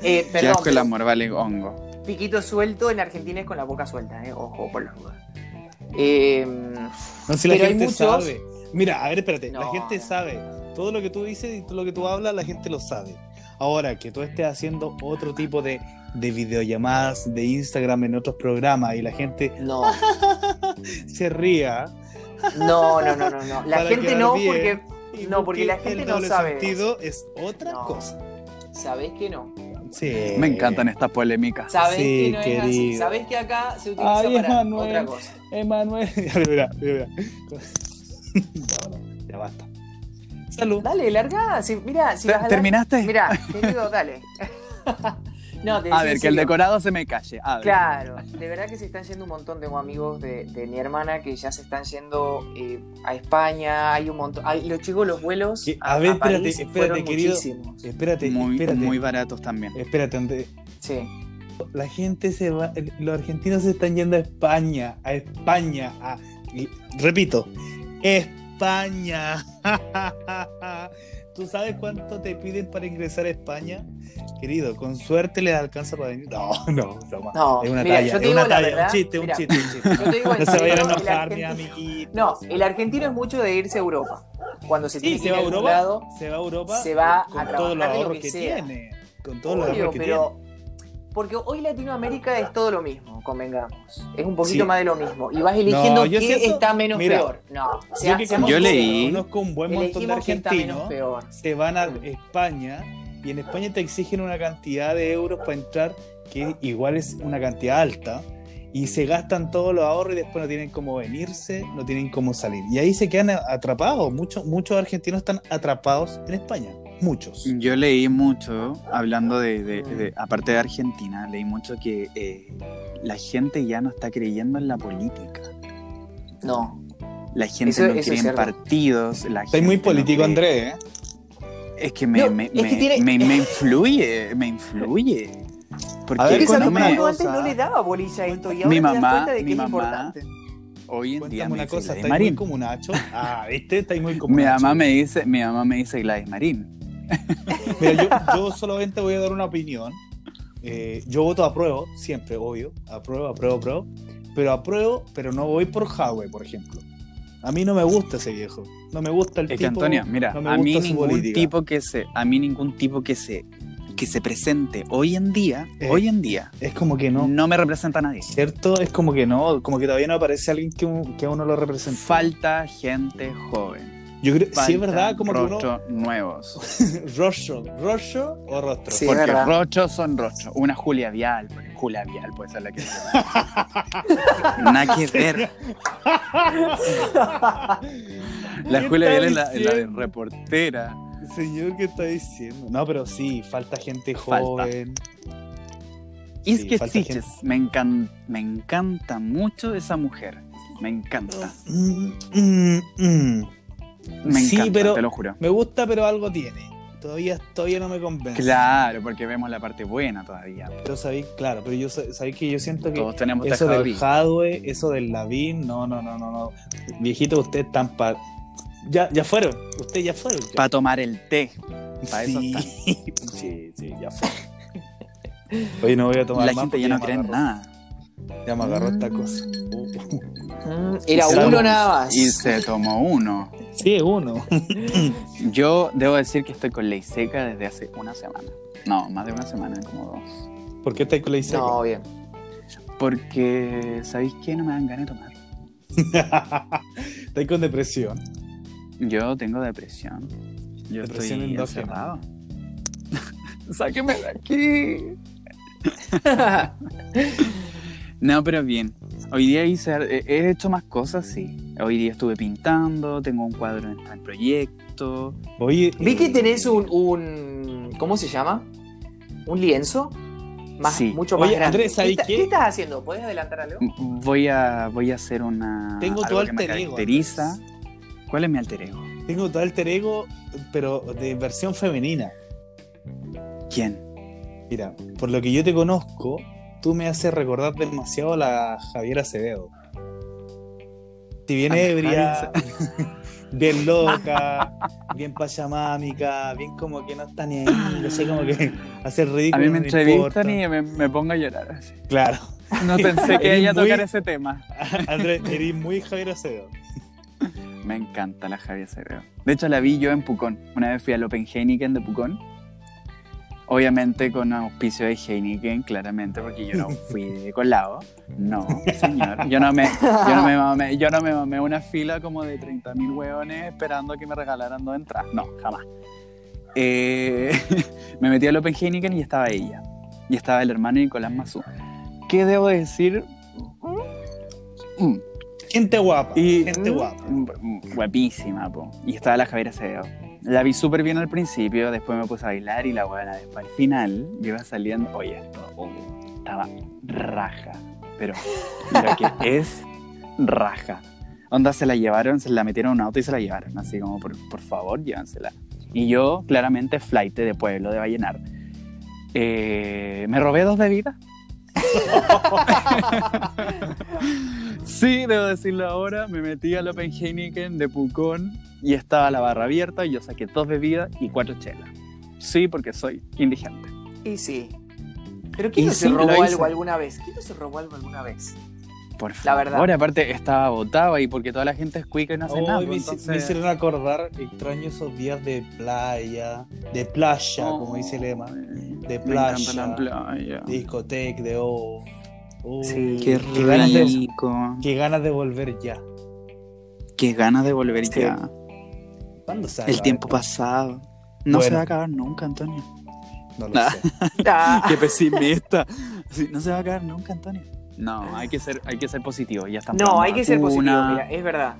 Speaker 1: Eh,
Speaker 2: Qué
Speaker 1: perdón,
Speaker 2: asco el amor, vale, hongo.
Speaker 1: piquito suelto en Argentina es con la boca suelta, eh. Ojo por las dudas. Eh,
Speaker 4: No sé, la
Speaker 1: Pero hay
Speaker 4: gente
Speaker 1: muchos-
Speaker 4: sabe. Mira, a ver, espérate, la
Speaker 1: No,
Speaker 4: gente
Speaker 1: no.
Speaker 4: sabe. Todo lo que tú dices y todo lo que tú hablas, la gente lo sabe. Ahora que tú estés haciendo otro tipo de, de videollamadas de Instagram en otros programas y la gente
Speaker 1: no.
Speaker 4: se ría.
Speaker 1: No, no, no, no, no. La
Speaker 4: Para
Speaker 1: gente
Speaker 4: quedar
Speaker 1: no,
Speaker 4: bien.
Speaker 1: porque
Speaker 4: y
Speaker 1: No, porque la gente
Speaker 4: el
Speaker 1: no
Speaker 4: doble
Speaker 1: sabe.
Speaker 4: sentido es otra
Speaker 1: No.
Speaker 4: cosa.
Speaker 1: sabés que no.
Speaker 4: Sí.
Speaker 1: Eh.
Speaker 2: Me encantan estas polémicas.
Speaker 1: Sabés
Speaker 4: Sí,
Speaker 1: que no es así.
Speaker 4: querido.
Speaker 1: Sabés que acá se utiliza
Speaker 4: Ay,
Speaker 1: para
Speaker 4: Emanuel.
Speaker 1: otra cosa.
Speaker 4: Emanuel. [LAUGHS] mira, mira, mira. No, no, ya basta. Salud.
Speaker 1: Dale, largada. Si, mira, si
Speaker 2: ¿Te-
Speaker 1: vas a dar-
Speaker 2: ¿Terminaste?
Speaker 1: Mirá, querido, dale. [LAUGHS] no, te decía
Speaker 2: a ver,
Speaker 1: en
Speaker 2: que el
Speaker 1: serio.
Speaker 2: decorado se me calle. A ver.
Speaker 1: Claro, de verdad que se están yendo un montón. Tengo amigos de, de mi hermana que ya se están yendo eh, a España. Hay un montón. Hay, los chicos, los vuelos.
Speaker 4: Que- a ver, espérate,
Speaker 1: París
Speaker 4: espérate,
Speaker 1: fueron
Speaker 4: querido.
Speaker 1: muchísimos.
Speaker 4: Espérate,
Speaker 2: Muy,
Speaker 4: espérate.
Speaker 2: muy baratos también.
Speaker 4: Espérate, Andrés.
Speaker 1: Sí.
Speaker 4: La gente se va, los argentinos se están yendo a España, a España, a, y- repito, España. [LAUGHS] ¿Tú sabes cuánto te piden para ingresar a España? Querido, con suerte les alcanza para venir. No, [LAUGHS] no, broma.
Speaker 1: No,
Speaker 4: es una
Speaker 1: mira,
Speaker 4: talla,
Speaker 1: yo te
Speaker 4: es una
Speaker 1: digo la
Speaker 4: talla,
Speaker 1: verdad,
Speaker 4: un chiste, un
Speaker 1: mira,
Speaker 4: chiste, un
Speaker 1: [LAUGHS]
Speaker 4: chiste.
Speaker 1: Yo te digo en
Speaker 4: [LAUGHS] No se vayan a
Speaker 1: serio, el
Speaker 4: enojar, mi
Speaker 1: argentino-
Speaker 4: amiguito.
Speaker 1: No, el argentino es mucho de irse a Europa. Cuando se
Speaker 4: Sí,
Speaker 1: tiene que
Speaker 4: se
Speaker 1: ir
Speaker 4: va a
Speaker 1: algún
Speaker 4: Europa,
Speaker 1: lado,
Speaker 4: se va a Europa
Speaker 1: se va
Speaker 4: con
Speaker 1: a
Speaker 4: todos
Speaker 1: trabajar
Speaker 4: los
Speaker 1: de lo
Speaker 4: ahorros
Speaker 1: que
Speaker 4: que,
Speaker 1: sea.
Speaker 4: tiene, con todos los
Speaker 1: Obvio,
Speaker 4: ahorros que tiene.
Speaker 1: pero porque hoy Latinoamérica es todo lo mismo, convengamos. Es un poquito
Speaker 4: Sí.
Speaker 1: más de lo mismo. Y vas eligiendo
Speaker 4: yo
Speaker 1: qué
Speaker 4: siento-
Speaker 1: está menos
Speaker 4: mira,
Speaker 1: peor. No,
Speaker 4: Yo,
Speaker 1: seas
Speaker 4: que
Speaker 1: santo.
Speaker 4: conozco,
Speaker 2: Yo leí-
Speaker 4: conozco un buen montón de
Speaker 1: elegimos qué está menos
Speaker 4: argentinos
Speaker 1: peor.
Speaker 4: se van a España y en España te exigen una cantidad de euros para entrar que igual es una cantidad alta y se gastan todos los ahorros y después no tienen cómo venirse, no tienen cómo salir. Y ahí se quedan atrapados. Muchos, muchos argentinos están atrapados en España. Muchos.
Speaker 2: Yo leí mucho, hablando de, de-
Speaker 1: Mm.
Speaker 2: de- aparte de Argentina, leí mucho que eh, la gente ya no está creyendo en la política.
Speaker 1: No.
Speaker 2: La gente
Speaker 1: Eso-
Speaker 2: no
Speaker 1: eso es
Speaker 2: cree en
Speaker 1: cierto.
Speaker 2: partidos. La
Speaker 4: Soy
Speaker 2: gente
Speaker 4: muy
Speaker 2: no
Speaker 4: político,
Speaker 2: cree-
Speaker 4: Andrés. ¿eh?
Speaker 2: Es que me,
Speaker 1: No,
Speaker 2: me,
Speaker 1: es que
Speaker 2: me-
Speaker 1: tiene-
Speaker 2: me-
Speaker 1: [LAUGHS]
Speaker 2: me influye, me influye. Porque
Speaker 4: ver,
Speaker 1: Porque
Speaker 4: Cuéntame
Speaker 1: Santo
Speaker 4: una
Speaker 1: Domingo
Speaker 2: me-
Speaker 1: antes no le daba bolilla a esto y ahora
Speaker 2: Mi
Speaker 1: te das
Speaker 2: mamá-
Speaker 1: cuenta de que
Speaker 2: mi
Speaker 1: es
Speaker 2: mamá-
Speaker 1: importante.
Speaker 2: hoy en día
Speaker 4: Cuéntame
Speaker 2: me
Speaker 4: una
Speaker 2: dice Gladys
Speaker 4: cosa, ¿estáis muy
Speaker 2: Marín.
Speaker 4: como Nacho? Ah, ¿viste? Estáis muy como
Speaker 2: Mi
Speaker 4: Nacho.
Speaker 2: mamá me dice, mi mamá me dice Gladys Marín.
Speaker 4: Mira, yo, yo solamente voy a dar una opinión. Eh, yo voto apruebo, siempre, obvio. Apruebo, apruebo, apruebo. Pero apruebo, pero no voy por Huawei, por ejemplo. A mí no me gusta ese viejo. No me gusta el
Speaker 2: Es que
Speaker 4: tipo.
Speaker 2: Antonio, mira,
Speaker 4: no me
Speaker 2: a mí
Speaker 4: gusta su
Speaker 2: ningún
Speaker 4: política.
Speaker 2: tipo que se, a mí ningún tipo que se que se presente hoy en día,
Speaker 4: Eh,
Speaker 2: hoy en día,
Speaker 4: Es como que
Speaker 2: no,
Speaker 4: no.
Speaker 2: me representa a nadie.
Speaker 4: ¿Cierto? Es como que no. Como que todavía no aparece alguien que, un- que a uno lo represente.
Speaker 2: Falta gente joven.
Speaker 4: Yo creo, sí es
Speaker 2: Faltan
Speaker 4: verdad, como que
Speaker 2: rostros nuevos.
Speaker 4: uno. [LAUGHS] Rostro. ¿Rostro o rostro?
Speaker 1: Sí. es
Speaker 2: Porque
Speaker 1: verdad.
Speaker 2: rochos son rochos. Una Julia Vial, porque Julia Vial puede ser la que. Nada que ver. La
Speaker 4: ¿Qué
Speaker 2: Julia
Speaker 4: está
Speaker 2: Vial es la, la de
Speaker 4: diciendo?
Speaker 2: reportera.
Speaker 4: Señor, ¿qué está diciendo? No, pero sí, falta gente
Speaker 2: Falta.
Speaker 4: joven.
Speaker 2: Es
Speaker 4: Sí,
Speaker 2: que
Speaker 4: falta
Speaker 2: Siches, me, encan- me encanta mucho esa mujer. Me encanta.
Speaker 4: Mm, mm, mm.
Speaker 2: Me
Speaker 4: Sí,
Speaker 2: encanta,
Speaker 4: pero-
Speaker 2: te lo juro.
Speaker 4: Me gusta, pero algo tiene. Todavía, todavía no me convence.
Speaker 2: Claro, porque vemos la parte buena todavía.
Speaker 4: Pero sabéis, claro, pero yo sa- sabéis que yo siento que
Speaker 2: Todos tenemos
Speaker 4: eso
Speaker 2: tejado
Speaker 4: del
Speaker 2: de-
Speaker 4: Hadwe, eso del Lavín, no, no, no, no, no. Viejito, ustedes están pa... Ya, ya fueron, ustedes ya fueron. ya.
Speaker 2: para tomar el té. Pa' eso
Speaker 4: sí.
Speaker 2: están.
Speaker 4: [LAUGHS] sí, sí, ya fueron. Oye, no voy a tomar
Speaker 2: La
Speaker 4: más
Speaker 2: gente
Speaker 4: porque
Speaker 2: ya no
Speaker 4: me
Speaker 2: cree en
Speaker 4: agarró-
Speaker 2: nada.
Speaker 4: Ya me agarró esta
Speaker 1: Mm.
Speaker 4: cosa. [LAUGHS]
Speaker 1: Era
Speaker 4: Y se
Speaker 1: uno
Speaker 4: tomó-
Speaker 1: nada más.
Speaker 2: Y
Speaker 4: Ah,
Speaker 2: se tomó uno.
Speaker 4: Sí, uno.
Speaker 2: Yo debo decir que estoy con ley seca desde hace una semana. No, más de una semana, como dos.
Speaker 4: ¿Por qué estáis con la Isabel?
Speaker 1: No, bien.
Speaker 2: Porque, ¿sabéis qué? No me dan ganas de tomar.
Speaker 4: [LAUGHS] estáis con depresión.
Speaker 2: Yo tengo depresión. Yo
Speaker 4: Depresión
Speaker 2: estoy
Speaker 4: endógena. [LAUGHS]
Speaker 2: encerrado. Sáqueme de aquí. [LAUGHS] No, pero bien. Hoy día hice, ar- he- he hecho más cosas, sí. Hoy día estuve pintando, tengo un cuadro en el proyecto.
Speaker 4: Oye,
Speaker 1: Vi que
Speaker 4: eh,
Speaker 1: tenés un, un- ¿Cómo se llama? ¿Un lienzo? Más,
Speaker 2: Sí.
Speaker 1: Mucho más
Speaker 4: Oye,
Speaker 1: grande.
Speaker 4: Andrés, ¿sabés
Speaker 1: está-
Speaker 4: qué?
Speaker 1: estás haciendo? ¿Puedes adelantar algo?
Speaker 2: Voy a, voy a hacer una.
Speaker 4: Tengo tu
Speaker 2: algo que me
Speaker 4: alter ego,
Speaker 2: caracteriza. ¿Cuál es mi alter ego?
Speaker 4: tengo todo alter ego, pero de versión femenina.
Speaker 2: ¿Quién?
Speaker 4: Mira, por lo que yo te conozco, tú me haces recordar demasiado a la Javiera Acevedo. Si bien
Speaker 2: A la
Speaker 4: ebria, [LAUGHS] bien loca, bien pachamámica, bien como que no está ni ahí, no sé, como que hace el
Speaker 2: A
Speaker 4: ridículo.
Speaker 2: mí me
Speaker 4: no le
Speaker 2: entrevistan
Speaker 4: importa.
Speaker 2: y me, me pongo a llorar.
Speaker 4: [LAUGHS]
Speaker 2: así.
Speaker 4: Claro,
Speaker 2: No pensé que
Speaker 4: Eres
Speaker 2: ella
Speaker 4: muy-
Speaker 2: tocar ese tema.
Speaker 4: Andrés, eres muy Javier Acevedo.
Speaker 2: Me encanta la Javier Acevedo. De hecho, la vi yo en Pucón. Una vez fui al Open Heineken de Pucón. Obviamente con auspicio de Heineken, claramente, porque yo no fui de colado. No, señor. Yo no me, yo no me, mamé, yo no me mamé una fila como de 30.000 hueones esperando que me regalaran dos entradas. No, jamás. Eh, [LAUGHS] me metí al Open Heineken y estaba ella. Y estaba el hermano Nicolás Mazú. ¿Qué debo decir? Mm.
Speaker 4: Gente guapa,
Speaker 2: Y-
Speaker 4: gente guapa.
Speaker 2: Mm, Guapísima, po. Y estaba la Javiera Acevedo. La vi súper bien al principio, después me puse a bailar y la buena después al final yo iba saliendo. Oye, esto oh, estaba raja. Pero lo
Speaker 4: [LAUGHS]
Speaker 2: que es raja. Onda se la llevaron, se la metieron en un auto y se la llevaron. Así como, por, por favor, llévansela. Y yo, claramente, flight de pueblo, de Vallenar. Eh, me robé dos bebidas. Sí, debo decirlo ahora, me metí al Open Heineken de Pucón y estaba la barra abierta y yo saqué dos bebidas y cuatro chelas. Sí, porque soy indigente.
Speaker 1: Y sí. Pero ¿quién
Speaker 2: Y
Speaker 1: no se
Speaker 2: sí, lo
Speaker 1: robó
Speaker 2: hice.
Speaker 1: algo alguna vez? ¿Quién no se robó algo alguna
Speaker 2: [LAUGHS]
Speaker 1: vez?
Speaker 2: Por
Speaker 1: La
Speaker 2: favor.
Speaker 1: verdad.
Speaker 2: aparte estaba botaba y porque toda la gente es cuica y no hace
Speaker 4: Hoy
Speaker 2: nada.
Speaker 4: me,
Speaker 2: pues,
Speaker 4: hici- me
Speaker 2: entonces-
Speaker 4: hicieron acordar extraño esos días de playa, de playa,
Speaker 2: Oh.
Speaker 4: como dice el lema,
Speaker 2: Ay,
Speaker 4: de
Speaker 2: Me encanta
Speaker 4: playa,
Speaker 2: la playa.
Speaker 4: de discoteca, de oh, oh,
Speaker 1: Sí,
Speaker 2: Qué
Speaker 4: qué ganas de,
Speaker 2: rico.
Speaker 4: qué ganas de volver ya.
Speaker 2: Qué ganas de volver
Speaker 1: Sí.
Speaker 2: ya.
Speaker 4: ¿Cuándo se
Speaker 2: El
Speaker 4: acaba
Speaker 2: tiempo
Speaker 4: esto?
Speaker 2: pasado. No se
Speaker 4: Bueno.
Speaker 2: va a acabar nunca, Antonio.
Speaker 4: No lo
Speaker 2: Nah. [LAUGHS]
Speaker 4: sé.
Speaker 1: Ah,
Speaker 2: Qué pesimista. Sí, no se va a acabar nunca, Antonio. No, hay que ser, hay que ser positivo. Ya estamos.
Speaker 1: Ah. no,
Speaker 2: dando
Speaker 1: hay que ser positivo,
Speaker 2: vacuna.
Speaker 1: mira, es verdad.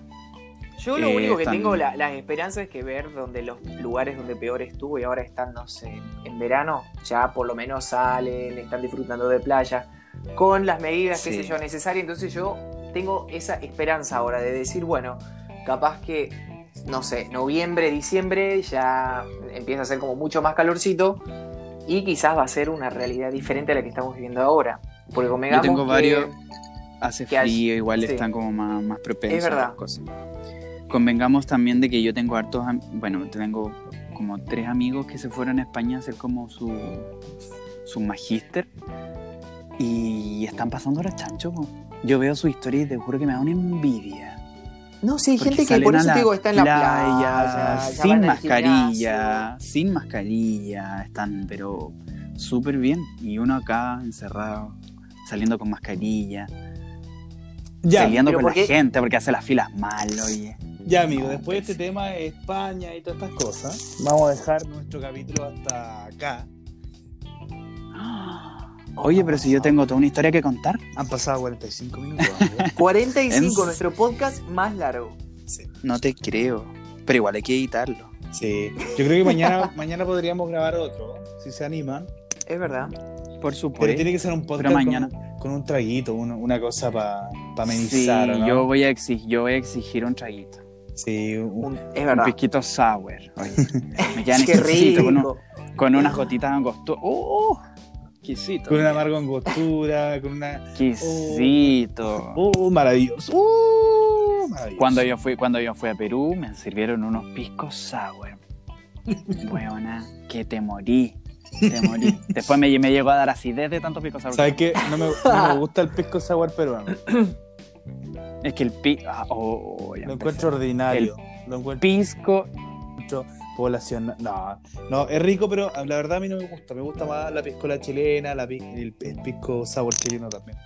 Speaker 1: Yo lo
Speaker 2: Eh,
Speaker 1: único que
Speaker 2: están-
Speaker 1: tengo la- las esperanzas es que ver donde los lugares donde peor estuvo y ahora están, no sé, en verano, ya por lo menos salen, están disfrutando de playa, con las medidas, qué
Speaker 2: Sí.
Speaker 1: sé yo, necesarias. Entonces yo tengo esa esperanza ahora de decir, bueno, capaz que, no sé, noviembre, diciembre ya empieza a ser como mucho más calorcito y quizás va a ser una realidad diferente a la que estamos viviendo ahora. Porque convengamos
Speaker 2: tengo
Speaker 1: que-
Speaker 2: varios- hace
Speaker 1: que hay-
Speaker 2: frío, igual
Speaker 1: sí.
Speaker 2: están como más, más propensos
Speaker 1: Es
Speaker 2: a las
Speaker 1: verdad.
Speaker 2: cosas. Convengamos también de que yo tengo hartos, am- bueno, tengo como tres amigos que se fueron a España a hacer como su, su magíster y están pasando los chanchos. po. Yo veo su historia y te juro que me da una envidia.
Speaker 1: No, sí, hay
Speaker 2: Porque
Speaker 1: gente que
Speaker 2: salen
Speaker 1: por
Speaker 2: a
Speaker 1: eso te digo está en la playa,
Speaker 2: playa,
Speaker 1: ya
Speaker 2: sin
Speaker 1: van al
Speaker 2: mascarilla, sin mascarilla, están pero súper bien. Y uno acá encerrado, saliendo con mascarilla,
Speaker 4: Ya,
Speaker 2: peleando
Speaker 1: pero
Speaker 2: con
Speaker 1: ¿por qué?
Speaker 2: la gente porque hace las filas mal,
Speaker 1: [GASPS]
Speaker 2: oye.
Speaker 4: ya, amigo, después de este tema de España y todas estas cosas, vamos a dejar nuestro capítulo hasta acá.
Speaker 2: Oye, pero si yo tengo toda una historia que contar.
Speaker 4: Han pasado 45 minutos. amigo.
Speaker 2: [LAUGHS]
Speaker 1: gimnasio. 45,
Speaker 2: En-
Speaker 1: nuestro podcast más largo.
Speaker 2: No te creo. Pero igual hay que editarlo.
Speaker 4: sí. Yo creo que mañana, mañana podríamos grabar otro, si se animan.
Speaker 1: Es verdad.
Speaker 2: Por supuesto.
Speaker 4: Pero tiene que ser un podcast
Speaker 2: mañana.
Speaker 4: Con, con un traguito, una, una cosa para amenizar,
Speaker 2: Sí,
Speaker 4: ¿no?
Speaker 2: yo voy, a exigir, yo voy a exigir un traguito.
Speaker 4: Sí, un-
Speaker 1: Un- es
Speaker 2: Un
Speaker 1: verdad.
Speaker 2: pisquito sour. [LAUGHS] Oye, me quedan
Speaker 1: Qué
Speaker 2: exquisitos, con, un-
Speaker 1: rico.
Speaker 2: con
Speaker 4: Ah.
Speaker 2: unas gotitas angostosas. ¡Oh! oh, Exquisito.
Speaker 4: con una amargo angostura, con una...
Speaker 2: Exquisito.
Speaker 4: ¡Uh, maravilloso! ¡Uh, maravilloso!
Speaker 2: Cuando yo fui, cuando yo fui a Perú, me sirvieron unos piscos
Speaker 4: [LAUGHS]
Speaker 2: sour. Buena, que te morí. Te morí. Después me, me llegó a dar acidez de tantos piscos sour.
Speaker 4: ¿Sabes qué? No me, no me gusta el pisco sour
Speaker 2: [LAUGHS]
Speaker 4: peruano.
Speaker 2: Es que el pi- ah, oh, oh, ya empecé.
Speaker 4: Lo encuentro ordinario. Lo encuentro
Speaker 2: pisco.
Speaker 4: población. No, no, es rico, pero ah, la verdad a mí no me gusta. Me gusta más la piscola chilena, la, pi- el, el pisco sour chileno también.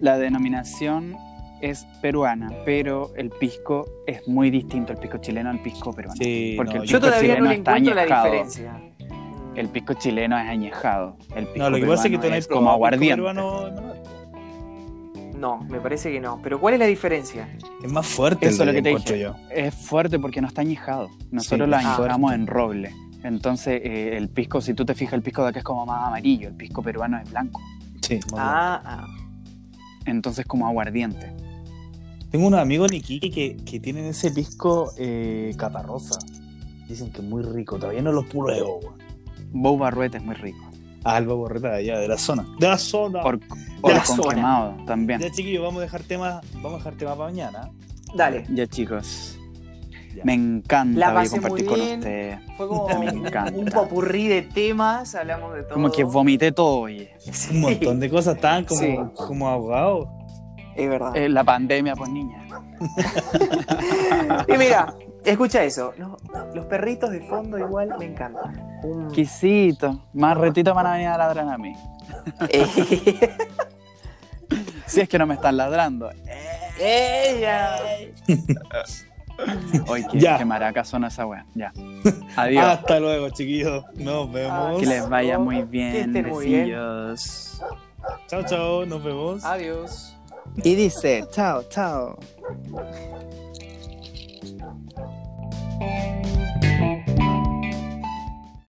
Speaker 2: La denominación es peruana, pero el pisco es muy distinto el pisco chileno al pisco peruano.
Speaker 4: Sí,
Speaker 2: Porque
Speaker 4: no,
Speaker 2: el
Speaker 1: Yo
Speaker 2: pisco
Speaker 1: todavía no
Speaker 2: chileno
Speaker 1: le
Speaker 2: está
Speaker 1: encuentro la
Speaker 2: añejado.
Speaker 1: diferencia.
Speaker 2: El pisco chileno es añejado. El pisco
Speaker 4: No, lo que pasa es que
Speaker 2: peruano
Speaker 4: tú no has
Speaker 2: como
Speaker 4: probado pisco
Speaker 2: aguardiente.
Speaker 4: peruano, Emanuel.
Speaker 1: No, me parece que no. Pero ¿cuál es la diferencia?
Speaker 4: Es más fuerte
Speaker 2: Eso es
Speaker 4: el
Speaker 2: lo que te
Speaker 4: encuentro
Speaker 2: dije. Es fuerte porque no está añejado. Nosotros
Speaker 4: Sí,
Speaker 2: lo
Speaker 4: es
Speaker 2: añejamos
Speaker 4: fuerte.
Speaker 2: en roble. Entonces, eh, el pisco, si tú te fijas, el pisco de acá es como más amarillo. El pisco peruano es blanco.
Speaker 4: yo. Sí, muy
Speaker 1: Ah, ah.
Speaker 2: Entonces, como aguardiente.
Speaker 4: bueno. Tengo unos amigos en Iquique que, que tienen ese pisco eh, catarrosa. Dicen que es muy rico. Todavía no lo pruebo, weón.
Speaker 2: Bou Barrueta es muy rico.
Speaker 4: Alba Borreta de allá, de la zona. ¡De la zona!
Speaker 2: Or,
Speaker 1: la
Speaker 2: orcón
Speaker 1: zona.
Speaker 2: quemado también.
Speaker 4: Ya, chiquillos, vamos a dejar temas, vamos a dejar temas para mañana.
Speaker 1: Dale.
Speaker 2: Ya, chicos.
Speaker 4: Ya.
Speaker 2: Me encanta
Speaker 1: La
Speaker 2: oye,
Speaker 1: pasé
Speaker 2: compartir
Speaker 1: muy
Speaker 2: con
Speaker 1: bien.
Speaker 2: ustedes.
Speaker 1: Fue como
Speaker 2: [LAUGHS] Me
Speaker 1: un,
Speaker 2: encanta.
Speaker 1: un popurrí de temas, hablamos de todo.
Speaker 2: Como que vomité todo, oye.
Speaker 1: Sí,
Speaker 4: Un montón de cosas estaban como,
Speaker 1: Sí.
Speaker 4: como ahogados.
Speaker 1: Es verdad.
Speaker 2: Eh, la pandemia, pues niña.
Speaker 1: Y mira, escucha eso. No, no, los perritos de fondo igual me encantan. Un-
Speaker 2: Exquisito. Más retitos van a venir a ladrar a mí.
Speaker 1: Eh,
Speaker 2: Si es que no me están ladrando.
Speaker 1: [LAUGHS] ella.
Speaker 2: Oye, qué,
Speaker 4: Ya.
Speaker 2: qué maracas son esa wea.
Speaker 1: [LAUGHS]
Speaker 2: Ya. Adiós.
Speaker 1: Ah,
Speaker 4: Hasta luego, chiquillos. Nos vemos.
Speaker 2: Que les vaya muy
Speaker 1: Que
Speaker 2: bien,
Speaker 1: estén muy bien.
Speaker 2: besillos.
Speaker 4: Chao, chao. Nos
Speaker 1: Ah,
Speaker 4: vemos.
Speaker 1: Adiós.
Speaker 2: Y dice, chao, chao.